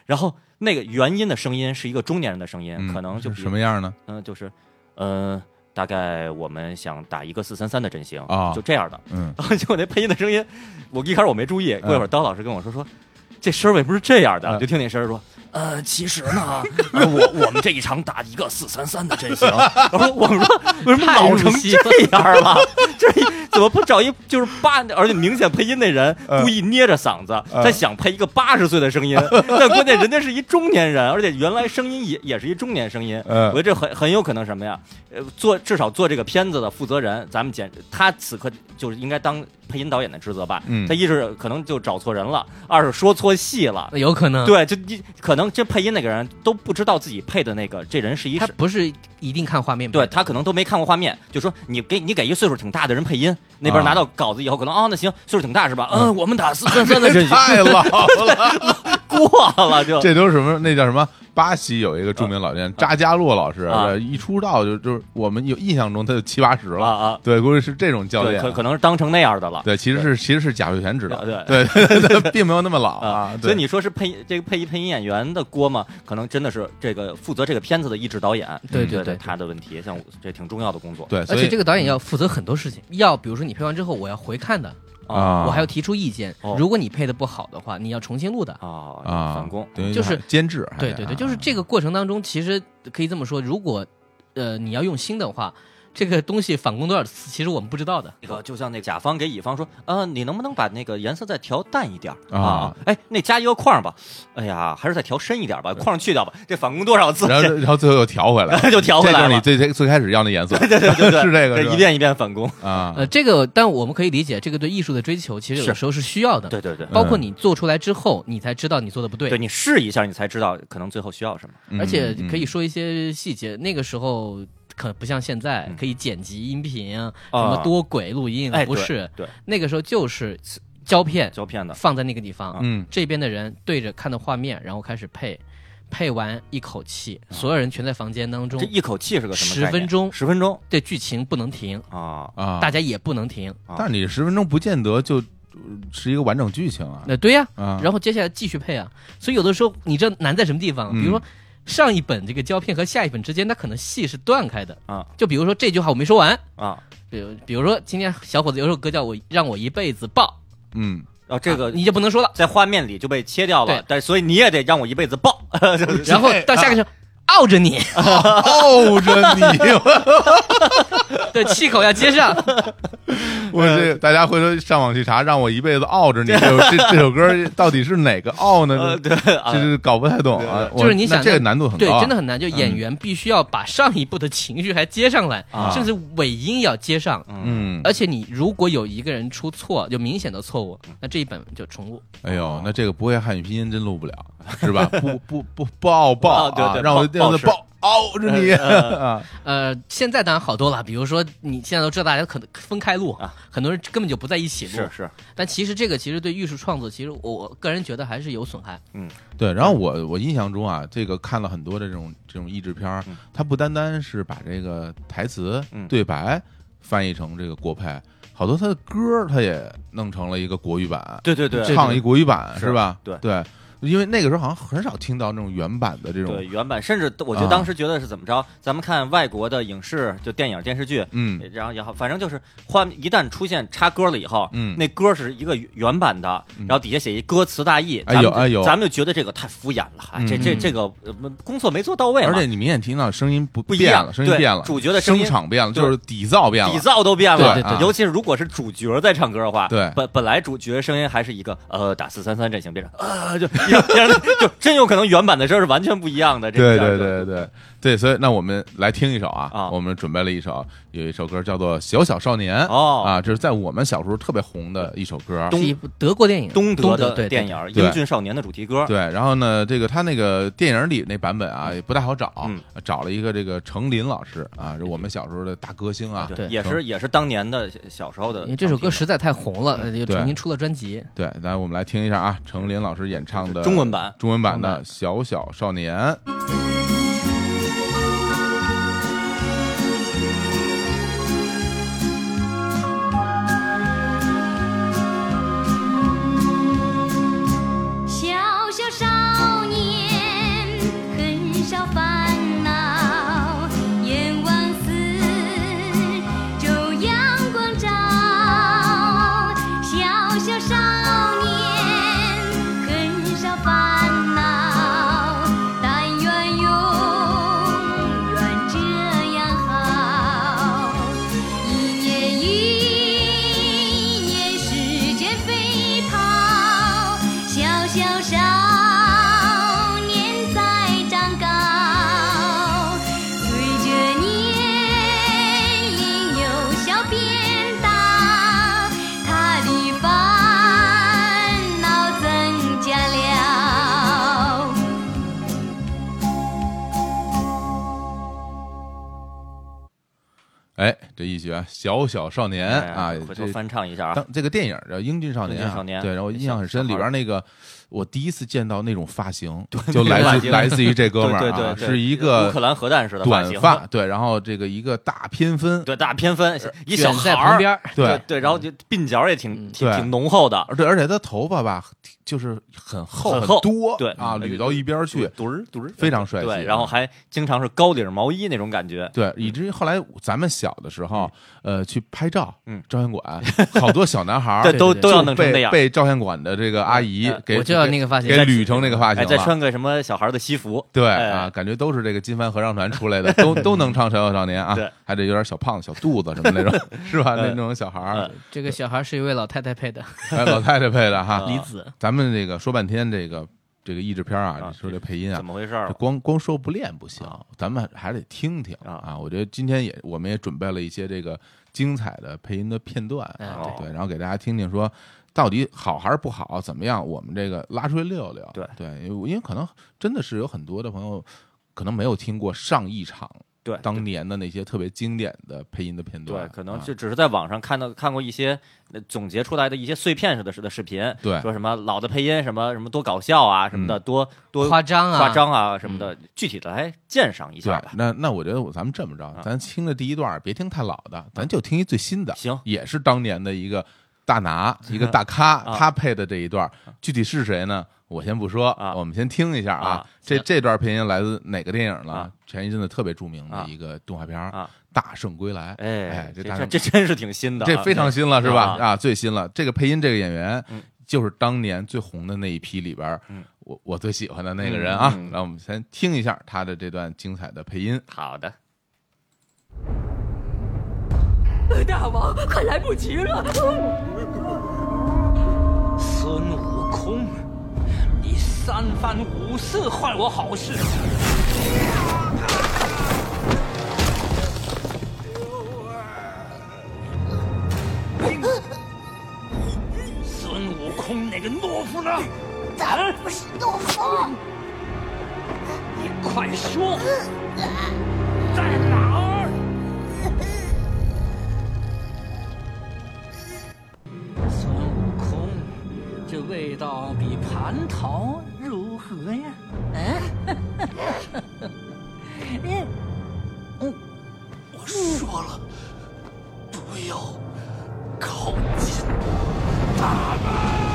然后那个元音的声音是一个中年人的声音，嗯可能就是比什么样呢？嗯、就是嗯、呃大概我们想打一个四三三的阵型啊就这样的。嗯，然后结果那配音的声音，我一开始我没注意，过一会儿刀老师跟我说说。这声儿为什么是这样的？嗯我就听那声儿说，呃，其实 呢，呃我我们这一场打一个四三三的阵型，然后我们说为什么太老入成戏这样了？ 这怎么不找一就是八？而且明显配音那人嗯故意捏着嗓子，嗯他想配一个八十岁的声音，但关键人家是一中年人，而且原来声音也也是一中年声音，嗯我觉得这很很有可能什么呀？呃，做至少做这个片子的负责人，咱们简他此刻就是应该当配音导演的职责吧。嗯他一是可能就找错人了，二是说错戏了。那有可能，，对，就一可能这配音那个人都不知道自己配的那个这人是一他是不是一定看画面对表，他可能都没看过画面，就说你给你给一岁数挺大的人配音，那边啊拿到稿子以后，可能啊、那行岁数挺大是吧？嗯嗯，我们打四三三的阵型太老了，过了就 这都是什么？那叫什么？巴西有一个著名老练扎加洛老师，啊呃一出道就就是我们有印象中他就七八十啊了，啊，对，估计是这种教对，练啊可。可能是当成那样的了。对，其实是其实是贾秀全指导，对对对，对并没有那么老啊。对所以你说是配这个配音配音演员的锅吗？可能真的是这个负责这个片子的一制导演，对对对对。他的问题，像我这挺重要的工作。对，而所以且这个导演要负责很多事情，要比如说你配完之后，我要回看的，啊，我还要提出意见哦。如果你配的不好的话，你要重新录的。啊啊返工，等于就是还监制还得对啊，对对，就是这个过程当中，其实可以这么说，如果呃你要用心的话，这个东西返工多少次，其实我们不知道的。那个就像那甲方给乙方说，呃，你能不能把那个颜色再调淡一点儿啊啊？哎，那加一个框儿吧。哎呀，还是再调深一点儿吧，框儿去掉吧。这返工多少次？然后然后最后又调回 来了，这就调回来这就是你了。最最最开始要那颜色对对对对， 是这个是吧一遍一遍返工。啊呃，这个但我们可以理解，这个对艺术的追求，其实有是时候是需要的。对对对，包括你做出来之后，你才知道你做的不对对。你试一下，你才知道可能最后需要什么。嗯而且可以嗯说一些细节，那个时候可不像现在嗯可以剪辑音频啊，什啊么多轨录音啊，哎不对是，对那个时候就是胶片胶片的放在那个地方，啊嗯这边的人对着看的画面，然后开始配，配完一口气，所有人全在房间当中啊这，一口气是个什么概念？ 10分钟十分钟对剧情不能停，啊！啊，大家也不能停。但是你十分钟不见得就呃是一个完整剧情啊那对呀，啊，然后接下来继续配啊。所以有的时候你知道难在什么地方？比如嗯说上一本这个胶片和下一本之间，它可能戏是断开的啊。就比如说这句话我没说完，啊比如比如说今天小伙子有首歌叫我让我一辈子抱，嗯啊，这个你就不能说了。在画面里就被切掉了对，但所以你也得让我一辈子抱。就是然后到啊下个时候。拗着你，哦，哎着你，对，气口要接上，我这大家回头上网去查，让我一辈子傲着你。这首这这首歌到底是哪个傲 呢呃？对啊这这搞不太懂啊。我就是你那想这个难度很高，对，啊真的很难。就嗯演员必须要把上一步的情绪还接上来，啊甚至尾音要接上。嗯，而且你如果有一个人出错，有明显的错误，嗯那这一本就重录。哎呦，那这个不会汉语拼音真录不了，是吧？不不不不傲爆啊对啊对让我爆让我爆是爆傲着 你 啊！呃，现在当然好多了，比如说你现在都知道大家可能分开录，啊很多人根本就不在一起录是。是，但其实这个其实对艺术创作，其实我我个人觉得还是有损害。对，然后嗯我我印象中啊，这个看了很多的这种这种译制片儿嗯，它不单单是把这个台词、嗯对白翻译成这个国配，好多它的歌儿它也弄成了一个国语版，对对对，这个唱一国语版是吧？对对，因为那个时候好像很少听到那种原版的这种对，原版，甚至我觉得啊当时觉得是怎么着？咱们看外国的影视，就电影、电视剧，嗯然后也好，反正就是换一旦出现插歌了以后，嗯那歌是一个原版的，然后底下写一歌词大意，哎咱们有就哎有咱们就觉得这个太敷衍了，哎这这嗯这个呃工作没做到位嘛，而且你明显听到声音不不一变样了，声音对变了，主角的声声音场变了，对就是底噪变了，底噪都变了，对对对尤其是如果是主角在唱歌的话，对本本来主角声音还是一个呃打四三三阵型，变成呃就变成就真有可能原版的声儿是完全不一样的，这对个对对对对，所以那我们来听一首啊，啊我们准备了一首，有一首歌叫做《小小少年》哦啊，这是在我们小时候特别红的一首歌。是一部德国电影，东德德的对电影对《对英俊少年》的主题歌，对，然后呢，这个他那个电影里那版本啊也不太好找嗯，找了一个这个程琳老师啊，是我们小时候的大歌星啊。对也是也是当年的小时候的因为这首歌实在太红了，呃又对重新出了专辑。对，来我们来听一下啊，程琳老师演唱的中文版中文版中文的版《小小少年》。小小少年，很少烦恼，愿望似昼阳光照。小小少年，很少烦恼，但愿永远这样好。一年一年，时间飞跑，小小少年在长高。随着年龄由小变大，他的烦恼增加了。哎，这一曲啊，《小小少年》啊，哎回头这翻唱一下啊，当这个电影叫《英俊少年》英啊，俊少年对，然后我印小象很深，小里孩边那个我第一次见到那种发型，就那个来发自型来自于这哥们对儿对啊，对对是一乌个克兰核弹似的短型，发，对，然后这个一个大偏分，对大偏分，一小卷在孩旁儿，边儿，对对，然后就鬓角也挺嗯挺对挺浓厚的，而对，而且他头发吧，就是很厚很厚多，对啊，嗯捋到一边儿去，嘟儿嘟儿，非常帅气。啊对，然后还经常是高领毛衣那种感觉，对，以至于后来咱们小的时候，呃，去拍照，嗯，照相馆好多小男孩 儿对，都对都要弄成那被样。被照相馆的这个阿姨呃给我就要那个发型给给捋成那个发型哎，再了。穿个什么小孩的西服，对哎啊，感觉都是这个金帆合唱团出 来的，都都能唱《小小少年》啊对，还得有点小胖、小肚子什么 那种，是吧？那嗯那种小孩儿嗯，这个小孩是一位老太太配的，哎，老太太配的哈。啊李子。咱们这个说半天这个这个译制片儿啊，啊说这配音啊怎，么回事儿这？光光说不练不行啊，咱们还得听听啊啊。我觉得今天也我们也准备了一些这个精彩的配音的片段啊哎，对，然后给大家听听说。到底好还是不好？怎么样？我们这个拉出来聊聊。对对，因为因为可能真的是有很多的朋友可能没有听过上一场哎对，当年的那些特别经典的配音的片段对啊，，可能就只是在网上看到看过一些呃总结出来的一些碎片式的式的视频，对嗯说什么老的配音什么什么多搞笑啊什么的，多多夸张啊，夸张啊什么的，具体的来鉴赏一对下吧。啊那那我觉得我咱们这么着，咱听的第一段儿别听太老的，咱就听一最新的，行也是当年的一个大拿，一个大咖，啊他配的这一段儿，具体是谁呢？我先不说，啊我们先听一下啊这行这段配音来自哪个电影呢？啊前一阵子特别著名的啊一个动画片儿《啊，大圣归来》。哎哎，这这大圣这真是挺新的啊，这非常新了，是吧？啊啊，最新了。这个配音这个演员嗯，就是当年最红的那一批里边儿嗯，我我最喜欢的那个人啊嗯嗯。让我们先听一下他的这段精彩的配音。好的。大王，快来不及了！孙悟空，你三番五次坏我好事，孙悟空那个懦夫呢？咱不是懦夫，你快说，在哪 儿？孙悟空，这味道比蟠桃如何呀？嗯，我说了，不要靠近他们。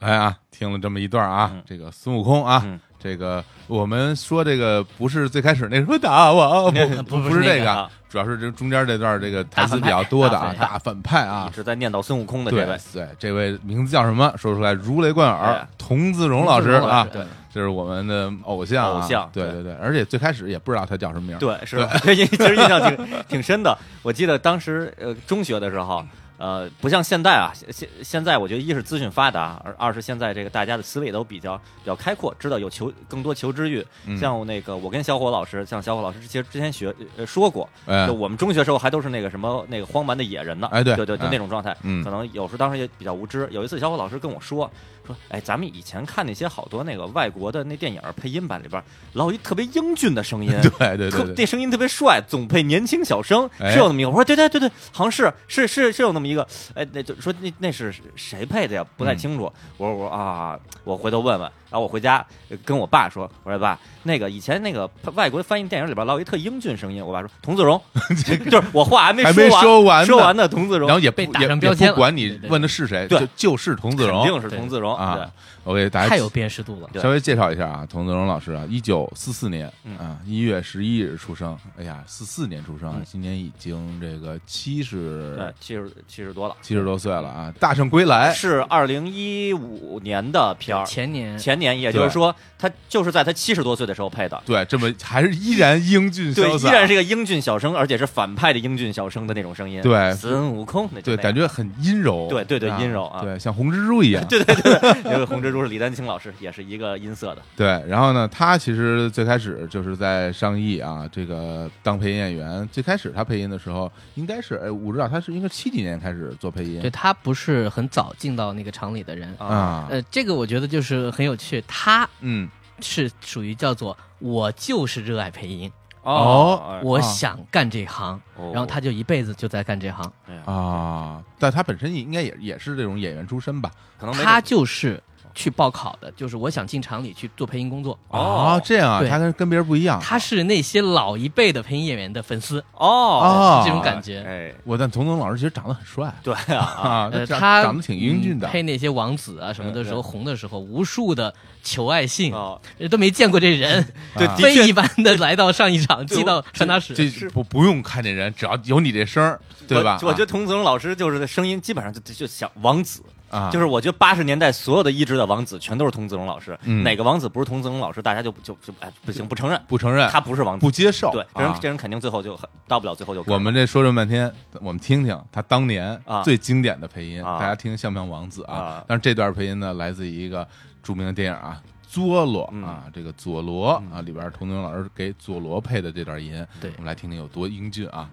哎啊，听了这么一段啊，这个孙悟空啊，嗯这个我们说这个不是最开始那什么大王，不不不不是那这个啊，主要是这中间这段这个台词比较多的啊，大反派啊一。直在念叨孙悟空的对这位，对，这位名字叫什么？说出来如雷贯耳哎，童自荣老师啊，对，这是我们的偶像啊，偶像对对对，而且最开始也不知道他叫什么名儿，对，是吧？对，其实印象挺挺深的。我记得当时呃中学的时候，呃，不像现在啊，现现现在我觉得一是资讯发达，而二是现在这个大家的思维都比较比较开阔，知道有求更多求知欲。嗯像那个我跟小伙老师，像小伙老师其实之前学呃说过，哎就我们中学时候还都是那个什么那个荒蛮的野人呢，哎对对对，就哎那种状态。嗯可能有时候当时也比较无知。有一次小伙老师跟我说说，哎，咱们以前看那些好多那个外国的那电影配音版里边，老有一特别英俊的 声音，对对特对这对，声音特别帅，总配年轻小生，哎是有那么一个。我说对对对对，好像是是是是有那么一个，哎，那就说那那是谁配的呀？不太清楚。嗯我说我说啊，我回头问问。然后我回家呃跟我爸说，我说爸，那个以前那个外国翻译电影里边老有一特英俊声音，我爸说童自 荣，就就是我话还没还没完，说说完呢呢，童自荣然后也不被打也上也标签不管了你对对问的是谁，对就就是童自荣，肯定是童自荣对啊，我给大家太有辨识度了。对稍微介绍一下啊，童自荣老师啊，一九四四年嗯啊一月十一日出生，哎呀，四四年出生啊嗯，今年已经这个七对十，七十七十多了，七十多岁了啊，《大圣归来》是二零一五年的片儿，前年前年，也就是对说他就是在他七十多岁的时候配的。对，这么还是依然英俊 对，潇依洒，然是一个英俊小生，而且是反派的英俊小生的那种声音。对孙悟空，那就对，那样感觉很阴柔，对对对阴柔啊对，像红蜘蛛一样，对对对，因为红蜘蛛是李丹青老师，也是一个音色的。对，然后呢，他其实最开始就是在上艺啊，这个当配音演员。最开始他配音的时候，应该是哎，我知道他是应该七几年开始做配音，对他不是很早进到那个厂里的人，啊，呃，这个我觉得就是很有趣，他嗯，是属于叫做我就是热爱配音，啊哦我想干这行，哦然后他就一辈子就在干这行，哎呀啊，但他本身应该也也是这种演员出身吧？可能没他就是去报考的，就是我想进厂里去做配音工哦作。啊，这样啊，对他跟跟别人不一样。他是那些老一辈的配音演员的粉丝，哦，啊这种感觉。哎，我但童总老师其实长得很帅对 啊，啊，呃，长他长得挺英俊的嗯。配那些王子啊什么的时嗯候嗯红的时候，无数的求爱信，哦，人都没见过这人， 对，啊的确非一般的来到上一场，寄到传达室。这不不用看这人，只要有你这声儿，对吧？我我觉得童子荣老师就是声音基本上就就就像王子，啊，就是我觉得八十年代所有的一直的王子全都是童子荣老师，嗯哪个王子不是童子荣老师，大家就就就哎不行不承认，不承认，他不是王子，不接受。对，这人、啊这人肯定最后就很到不了最后就我们这说这么半天，我们听听他当年啊最经典的配音，啊大家听像不像王子啊啊？但是这段配音呢，来自于一个著名的电影啊。佐罗嗯啊，这个佐罗啊，里边童宁老师给佐罗配的这段音，对我们来听听有多英俊啊！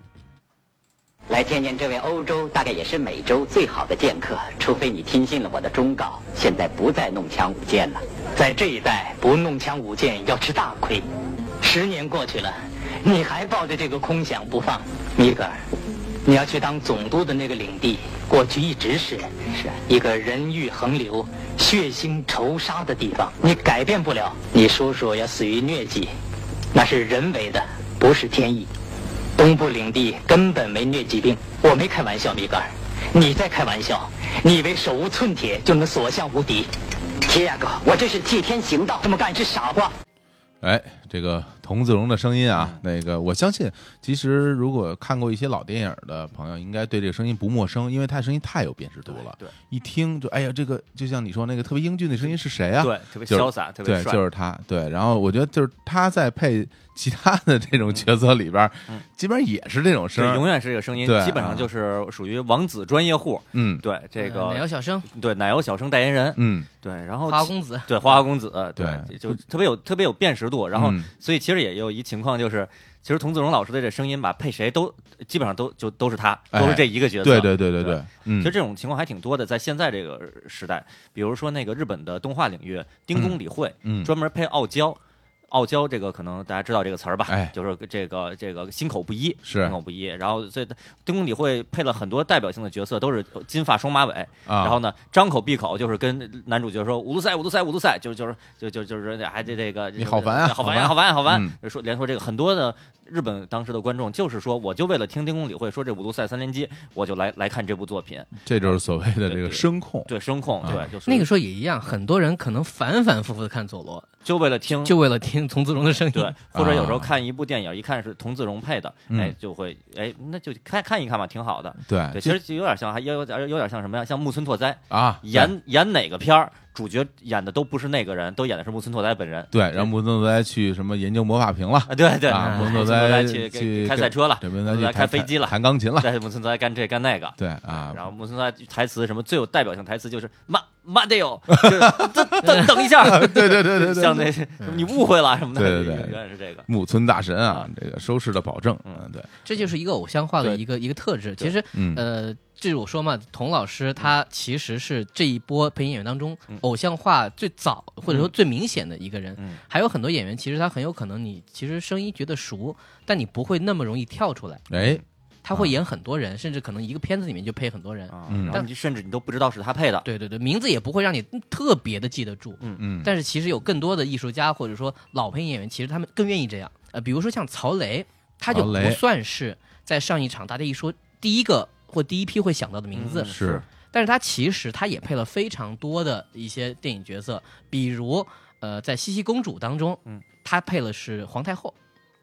来见见这位欧洲，大概也是美洲最好的剑客，除非你听信了我的忠告，现在不再弄枪舞剑了。在这一代，不弄枪舞剑要吃大亏。十年过去了，你还抱着这个空想不放，米格尔，你要去当总督的那个领地，过去一直是是一个人欲横流、血腥仇杀的地方，你改变不了。你叔叔要死于疟疾，那是人为的，不是天意。东部领地根本没疟疾病，我没开玩笑，米格尔，你在开玩笑，你以为手无寸铁就能所向无敌？铁牙哥，我这是替天行道，这么干是傻瓜。哎，这个童自荣的声音嗯啊，那个我相信，其实如果看过一些老电影的朋友，应该对这个声音不陌生，因为他声音太有辨识度了，对对一听就哎呀，这个就像你说那个特别英俊的声音是谁啊？对特别就是潇洒，特别对，帅，就是他。对，然后我觉得就是他在配其他的这种角色里边儿，基本上也是这种嗯声对，儿永。远是这个声音对，啊基本上就是属于王子专业户。嗯对这呃奶油个，小生、对奶油小生代言人，嗯，对，然后花花公子，对花花公子，呃对，对就特别有特别有辨识度。然后嗯，所以其实也有一情况就是，其实童自荣老师的这声音吧，配谁都基本上都就都是他，哎都是这一个角色。对对对对对对，嗯其实，这种情况还挺多的，在现在这个时代，比如说那个日本的动画领域，丁宫理惠嗯，专门配傲娇。傲娇这个可能大家知道这个词儿吧，哎就是这个这个心口不一，是心口不一。然后所以丁宫理惠配了很多代表性的角色，都是金发双马尾，啊，然后呢张口闭口就是跟男主角说五路赛五路赛五路赛，就就是就就就是还这这个你好烦啊好好烦烦啊好烦啊好烦嗯啊，就说连说这个很多的日本当时的观众就是说，我就为了听丁公理会说这五路赛三连击，我就来来看这部作品，这就是所谓的这对个对声控。对声控，啊对，就是那个时候也一样，很多人可能反反复复的看佐罗，就为了听就为了听童自荣的声 对音。，或者有时候看一部电影，一看是童自荣配的，啊嗯哎哎，就会哎，那就看看一看吧，挺好的。对对，对其实就有点像，还有有点有点像什么呀？像木村拓哉啊，演演哪个片儿，主角演的都不是那个人，都演的是木村拓哉本人。对，然后摩登德哉去什么研究魔法瓶了，啊，对对， 啊，摩木登村拓德哉哉去去给开赛车了，对，摩木登村德拓哉哉去开弹飞机了，弹钢琴了，对，木村拓哉干这干那个。对啊，然后木村拓哉台词什么最有代表性台词就是妈妈的哟，就是 等等等一下， 对对对对对，像那是你误会了什么的，对对对永远是这个。木村大神啊啊，这个收视的保证，嗯嗯，对，这就是一个偶像化的对一个一个特质。其实，嗯呃，这是我说嘛，童老师他其实是这一波配音演员当中嗯偶像化最早或者说嗯最明显的一个人。嗯还有很多演员，其实他很有可能你其实声音觉得熟，但你不会那么容易跳出来。哎，他会演很多人，甚至可能一个片子里面就配很多人。啊，嗯然后你甚至你都不知道是他配的，对对对，名字也不会让你特别的记得住。嗯，但是其实有更多的艺术家或者说老配音演员，其实他们更愿意这样。呃，比如说像曹雷，他就曹不雷算是在上一场大家一说第一个或第一批会想到的名字，嗯是但是他其实他也配了非常多的一些电影角色，比如呃，在《茜茜公主》当中，嗯他配了是皇太后，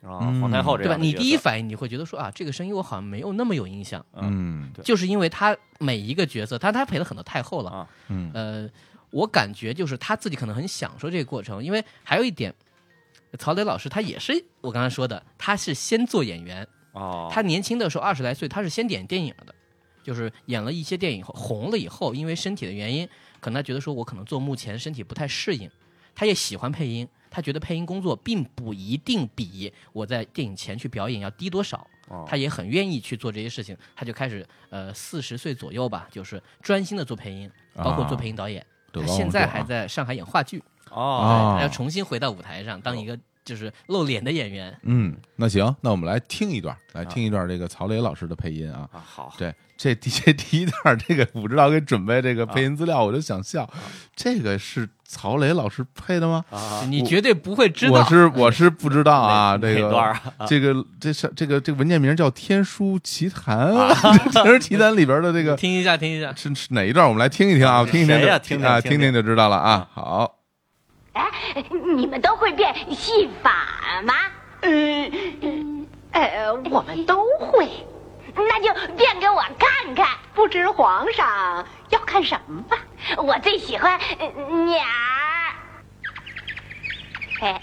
啊，嗯皇太后这对样吧？的你角第一色反应你会觉得说啊，这个声音我好像没有那么有印象，嗯对就是因为他每一个角色，他他配了很多太后了，啊，嗯呃，我感觉就是他自己可能很享受这个过程，因为还有一点，曹磊老师他也是我刚才说的，他是先做演员，哦，他年轻的时候二十来岁，他是先演电影的，就是演了一些电影以后红了以后，因为身体的原因，可能他觉得说我可能做幕前身体不太适应，他也喜欢配音，他觉得配音工作并不一定比我在电影前去表演要低多少，哦他也很愿意去做这些事情，他就开始呃四十岁左右吧，就是专心的做配音，包括做配音导演。德他高望现在重啊还在上海演话剧，哦啊他要重新回到舞台上当一个就是露脸的演员。嗯，那行，那我们来听一段，来听一段这个曹磊老师的配音啊。啊，好，对，这第这第一段这个武指导给准备这个啊配音资料，我就想笑，这个是曹磊老师配的吗？啊，你绝对不会知道，我是我是不知道啊，哪这哪段个啊这个这是这个这个文件名叫《天书奇谭》， 《天书奇谭》里边的这个听一下，听一下。是是哪一段？我们来听一听啊，听一听谁就呀听听啊，听听听就知道了啊。好， 哎，你们都会变戏法吗？嗯，呃，我们都会。那就变给我看看。不知皇上要看什么吧？我最喜欢呃鸟儿。哎，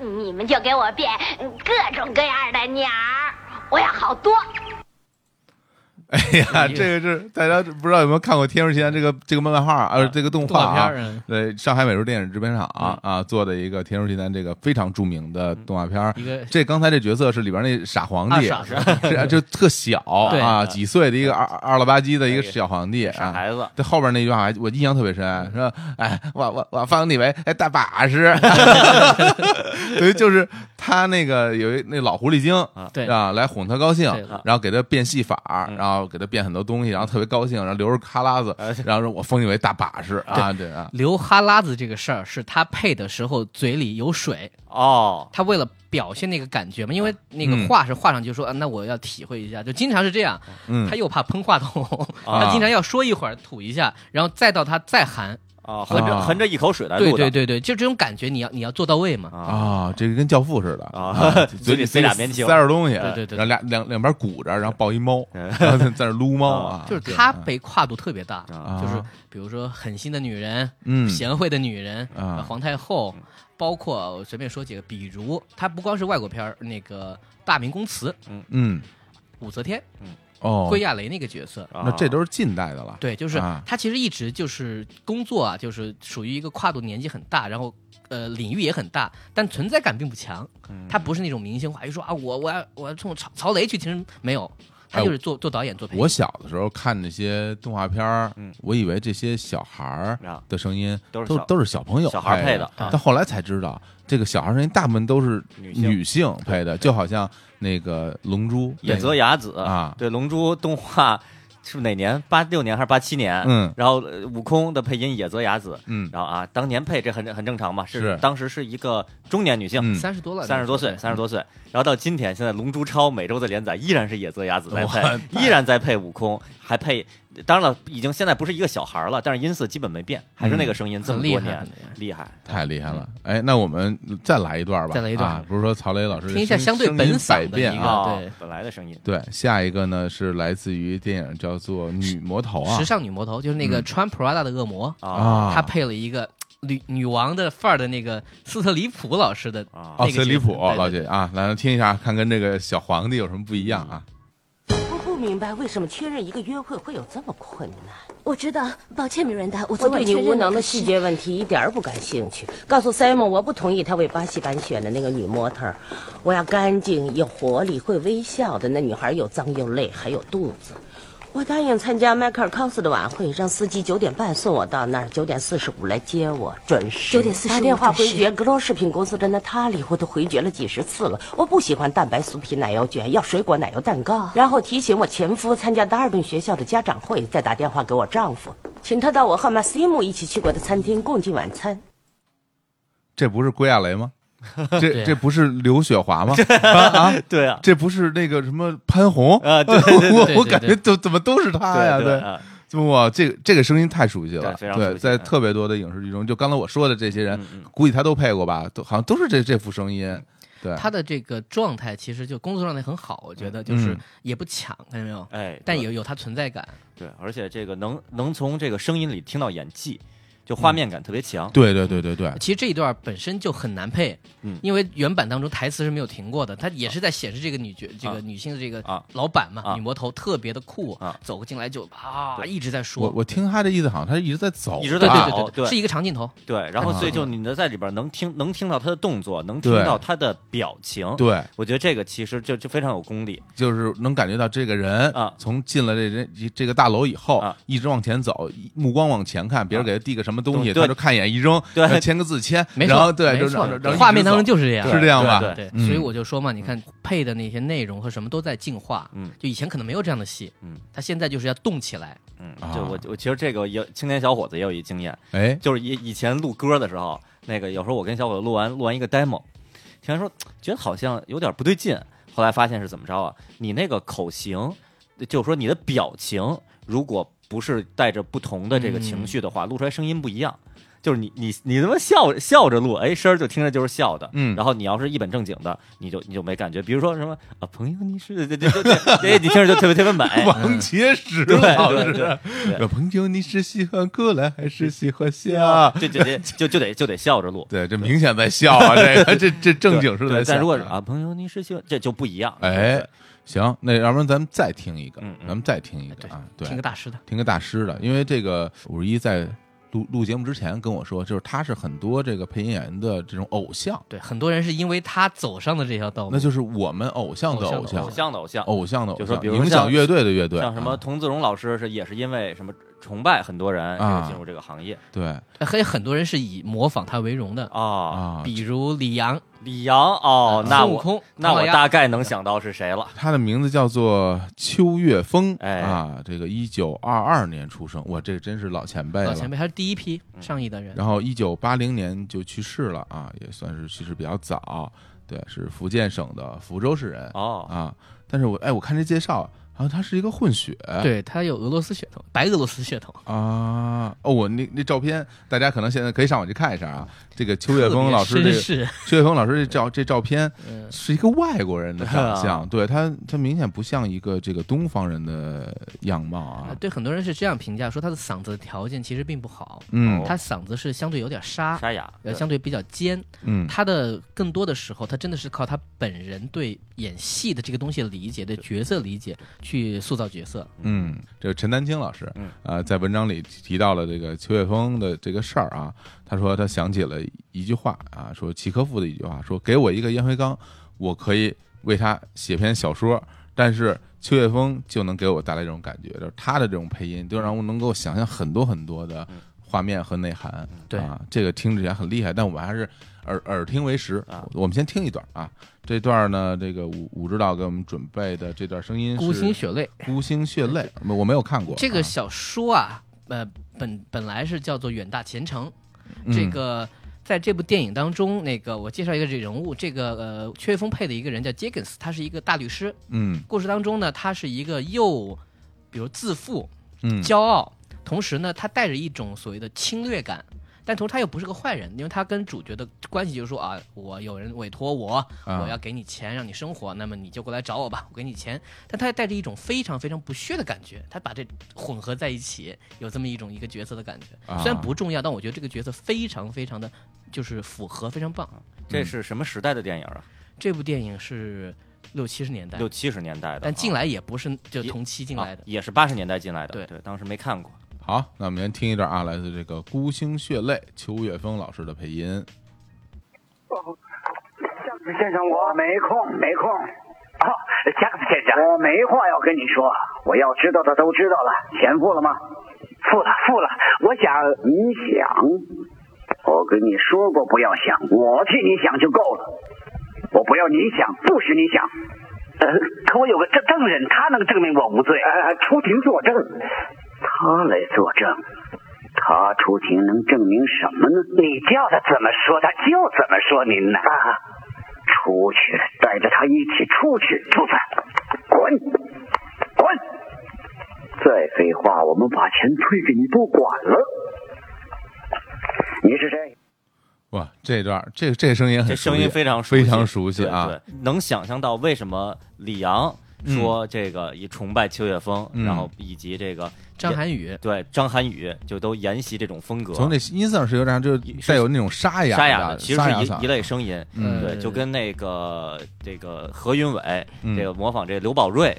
你们就给我变各种各样的鸟儿，我要好多。哎呀，这个是大家不知道有没有看过《天书奇谭》这个这个漫画，呃，这个动画动画啊片儿嗯，对，上海美术电影制片厂啊啊做的一个《天书奇谭》这个非常著名的动画片儿。一个这刚才这角色是里边那傻皇帝，嗯啊傻 是就特小对啊，几岁的一个二二了吧唧的一个哎小皇帝傻啊。孩子，这后边那句话我印象特别深，说：“哎，我我我封你为哎大把式。” 对，就是他那个有一那老狐狸精啊对来哄他高兴对，啊然后给他变戏法，嗯然后给他变很多东西，然后特别高兴，然后流着哈喇子，哎然后说我封你为大把式啊，对啊，流哈喇子这个事儿是他配的时候嘴里有水，哦，他为了表现那个感觉嘛，因为那个嗯画是画上去说、啊，那我要体会一下，就经常是这样。嗯他又怕喷话筒，啊他经常要说一会儿吐一下，然后再到他再含。啊，横啊着横着一口水来对录的，对对对，就这种感觉，你要你要做到位嘛。啊，啊，这个跟教父似的啊 嘴嘴里塞塞俩棉球塞着东西，对对对对然后俩两两边鼓着，然后抱一猫，嗯然后在在那撸猫啊，就是他被跨度特别大，啊就是比如说狠心的女人，嗯贤惠的女人，啊皇太后，包括我随便说几个，比如他不光是外国片儿，那个《大明宫词》，嗯武则天，哦归，亚蕾那个角色，啊那这都是近代的了，对，就是啊他其实一直就是工作啊，就是属于一个跨度年纪很大，然后呃领域也很大，但存在感并不强。嗯他不是那种明星化，就说啊我我要我要冲曹曹雷去，其实没有，他哎就是做、做导演做配音。我小的时候看那些动画片儿，嗯我以为这些小孩儿啊的声音都是都小都是小朋友小孩配配的啊但后来才知道，这个小孩儿声音大部分都是女性女性配的，就好像那个《龙珠》野泽雅子啊对《龙珠》动画是哪年？八六年还是八七年？嗯然后呃悟空的配音野泽雅子，嗯然后啊，当年配这很很正常嘛，是当时是一个中年女性嗯，三十多了，三十多岁，三十多岁，然后到今天，现在《龙珠超》每周的连载依然是野泽雅子在哇配，依然在配悟空，还配，当然了，已经现在不是一个小孩儿了，但是音色基本没变，还是那个声音，这嗯么很厉多害年很厉害，厉害，太厉害了！哎，那我们再来一段吧，嗯再来一段啊！不是说曹雷老师的听一下声相对声音本嗓百的变一个啊。啊对，本来的声音，对，下一个呢是来自于电影叫做《女魔头》啊时尚女魔头就是那个穿 Prada 的恶魔，啊嗯啊，她配了一个女女王的范儿的那个斯特里普老师的啊奥那个哦斯里普角色对老对姐啊，来听一下，看跟这个小皇帝有什么不一样啊？嗯我不明白为什么确认一个约会会有这么困难。我知道，抱歉，米瑞达，我我昨晚对你确认无能了的可是细节问题一点儿不感兴趣。告诉 Simon，我不同意他为巴西版选的那个女模特儿。我要干净、有活力、会微笑的那女孩，又脏又累，还有肚子。我答应参加迈克尔康斯的晚会，让司机九点半送我到那儿，九点四十五来接我，准时。 9:45打电话准回时绝格罗饰品公司的娜塔莉，我都回绝了几十次了。我不喜欢蛋白酥皮奶油卷，要水果奶油蛋糕。然后提醒我前夫参加达尔顿学校的家长会，再打电话给我丈夫，请他到我和马西姆一起去过的餐厅共进晚餐。这不是归亚 蕾吗？对这啊这不是刘雪华吗？啊，啊对啊，这不是那个什么潘虹啊对我对我对感觉对怎怎么都是他哎呀？对对对，啊就哇，这个这个声音太熟悉了，对非常熟悉对，在嗯特别多的影视剧中，就刚才我说的这些人嗯，嗯估计他都配过吧，都好像都是这这副声音，对，她的这个状态其实就工作状态很好，我觉得就是嗯嗯也不抢，看见没有？哎，但对也有她存在感。对，而且这个能能从这个声音里听到演技，就嗯画面感特别强。对对对对对，其实这一段本身就很难配，嗯因为原版当中台词是没有停过的，它也是在显示这个女角、这个女性的这个啊老板嘛，啊女魔头特别的酷，啊走过进来就啊对一直在嗯我说，我哦听他这意思，好像他一直在走，一直对在对啊对对对是一个长镜头，对，然后嗯所以就你能在里边能听能听到他的动作，能听对到他的表情。，对，我觉得这个其实就就非常有功力。就是能感觉到这个人啊从进了这人这这个大楼以后啊，一直往前走，一目光往前看，别人给他递个什么东西，对他就看一眼一扔，对然后签个字签，没然错后对，没就错然后然后画面当中一直走就是这样，是这样吧？对对，嗯所以我就说嘛，你看配的那些内容和什么都在进化，嗯就以前可能没有这样的戏，嗯，他现在就是要动起来，嗯啊，就我我其实这个也青年小伙子也有一经验，哎，就是以以前录歌的时候，那个有时候我跟小伙子录完录完一个 demo，听完说觉得好像有点不对劲，后来发现是怎么着啊？你那个口型，就是说你的表情，如果不是带着不同的这个情绪的话，录出来声音不一样。就是你你你他妈笑笑着录，哎，声儿就听着就是笑的，嗯然后你要是一本正经的，你就你就没感觉。比如说什么啊，朋友你是这这这这，哎，你听着就特别特别美，王杰石对老对师，对老朋友，你是喜欢过来还是喜欢下？就就就就就得就得笑着录。对，这明显在笑 啊，这个这这正经是对在对笑。但如果是啊，朋友你是喜欢，这就不一样。哎对，行，那要不然咱们再听一个，嗯嗯咱们再听一个啊，对，听个大师的，听个大师的，因为这个五十一在录录节目之前跟我说，就是他是很多这个配音演员的这种偶像，对，很多人是因为他走上的这条道路那，就是我们偶像的偶偶像的像偶，像的偶像，偶像的偶就说像，比如影响像乐队的乐队，像什么哦啊童自荣老师是也是因为什么崇拜很多人这啊个进入这个行业对还有很多人是以模仿他为荣的，啊。啊，比如李阳、李阳哦，那孙悟我空、那唐老我鸭大概能想到是谁了。他的名字叫做邱岳峰，哎啊，这个一九二二年出生，哇，这真是老前辈了。嗯老前辈，他是第一批上亿的人，然后一九八零年就去世了啊，也算是去世比较早。对，是福建省的福州市嗯人哦啊。但是我哎，我看这介绍，好像他是一个混血。对他有俄罗斯血统，白俄罗斯血统，啊，哦，我那那照片，大家可能现在可以上网去看一下啊。这个邱岳嗯特峰别老师，这绅 个士，邱岳峰老师这照这照片嗯是一个外国人的长对 相，对他他明显不像一个这个东方人的样貌啊啊。对很多人是这样评价说他的嗓子条件其实并不好，嗯他嗓子是相对有点沙，沙哑，呃，对相对比较尖，嗯，他的更多的时候，他真的是靠他本人对演戏的这个东西的理解、对角色理解去塑造角色。嗯，这个陈丹青老师，嗯呃，在文章里提到了这个邱岳峰的这个事儿啊，他说他想起了一句话啊，说契诃夫的一句话，说给我一个烟灰缸，我可以为他写篇小说，但是邱岳峰就能给我带来这种感觉，就是他的这种配音，就让我能够想象很多很多嗯的画面和内涵。对啊，这个听起来很厉害，但我们还是耳耳听为实啊我们先听一段啊，这段呢，这个武武指导给我们准备的这段声音是孤星血泪孤星血泪，我没有看过这个啊小说啊，呃，本本来是叫做《远大前程》，这嗯个。在这部电影当中，那个我介绍一个这人物，这个呃，薛岳峰配的一个人叫杰根斯，他是一个大律师。嗯故事当中呢，他是一个又，比如自负、嗯骄傲，同时呢，他带着一种所谓的侵略感，但同时他又不是个坏人，因为他跟主角的关系就是说啊，我有人委托我，啊我要给你钱让你生活，那么你就过来找我吧，我给你钱。但他也带着一种非常非常不屑的感觉，他把这混合在一起，有这么一种一个角色的感觉啊。虽然不重要，但我觉得这个角色非常非常的就是符合，非常棒。嗯这是什么时代的电影啊？这部电影是六七十年代六，七十年代的，但进啊来也不是就同期进来啊的。也是八十年代进来的，对对，当时没看过。好，那我们先听一段啊，来自这个《孤星血泪》邱岳峰老师的配音。先生，我没空，没空。哦，贾克斯先生，我没话要跟你说，我要知道的都知道了。钱付了吗？付了，付了。我想，你想，我跟你说过不要想，我替你想就够了。我不要你想，不许你想。呃，可我有个证证人，他能证明我无罪。呃，出庭作证，他来作证。他出庭能证明什么呢？你叫他怎么说，他就怎么说。您呢？啊，出去，带着他一起出去，出去，滚，滚！再废话，我们把钱退给你不管了。你是谁？哇，这段这这声音很这熟悉声音非常熟悉非常熟悉啊对，对能想象到为什么李阳说这个以崇拜邱岳峰，嗯然后以及这个张涵 予，对张涵予就都沿袭这种风格，从这音色上是有点就是是带有那种沙哑沙哑哑的，其实是嗓一一类声音，嗯对，就跟那个这个何云伟、嗯哎这个模仿这刘宝 瑞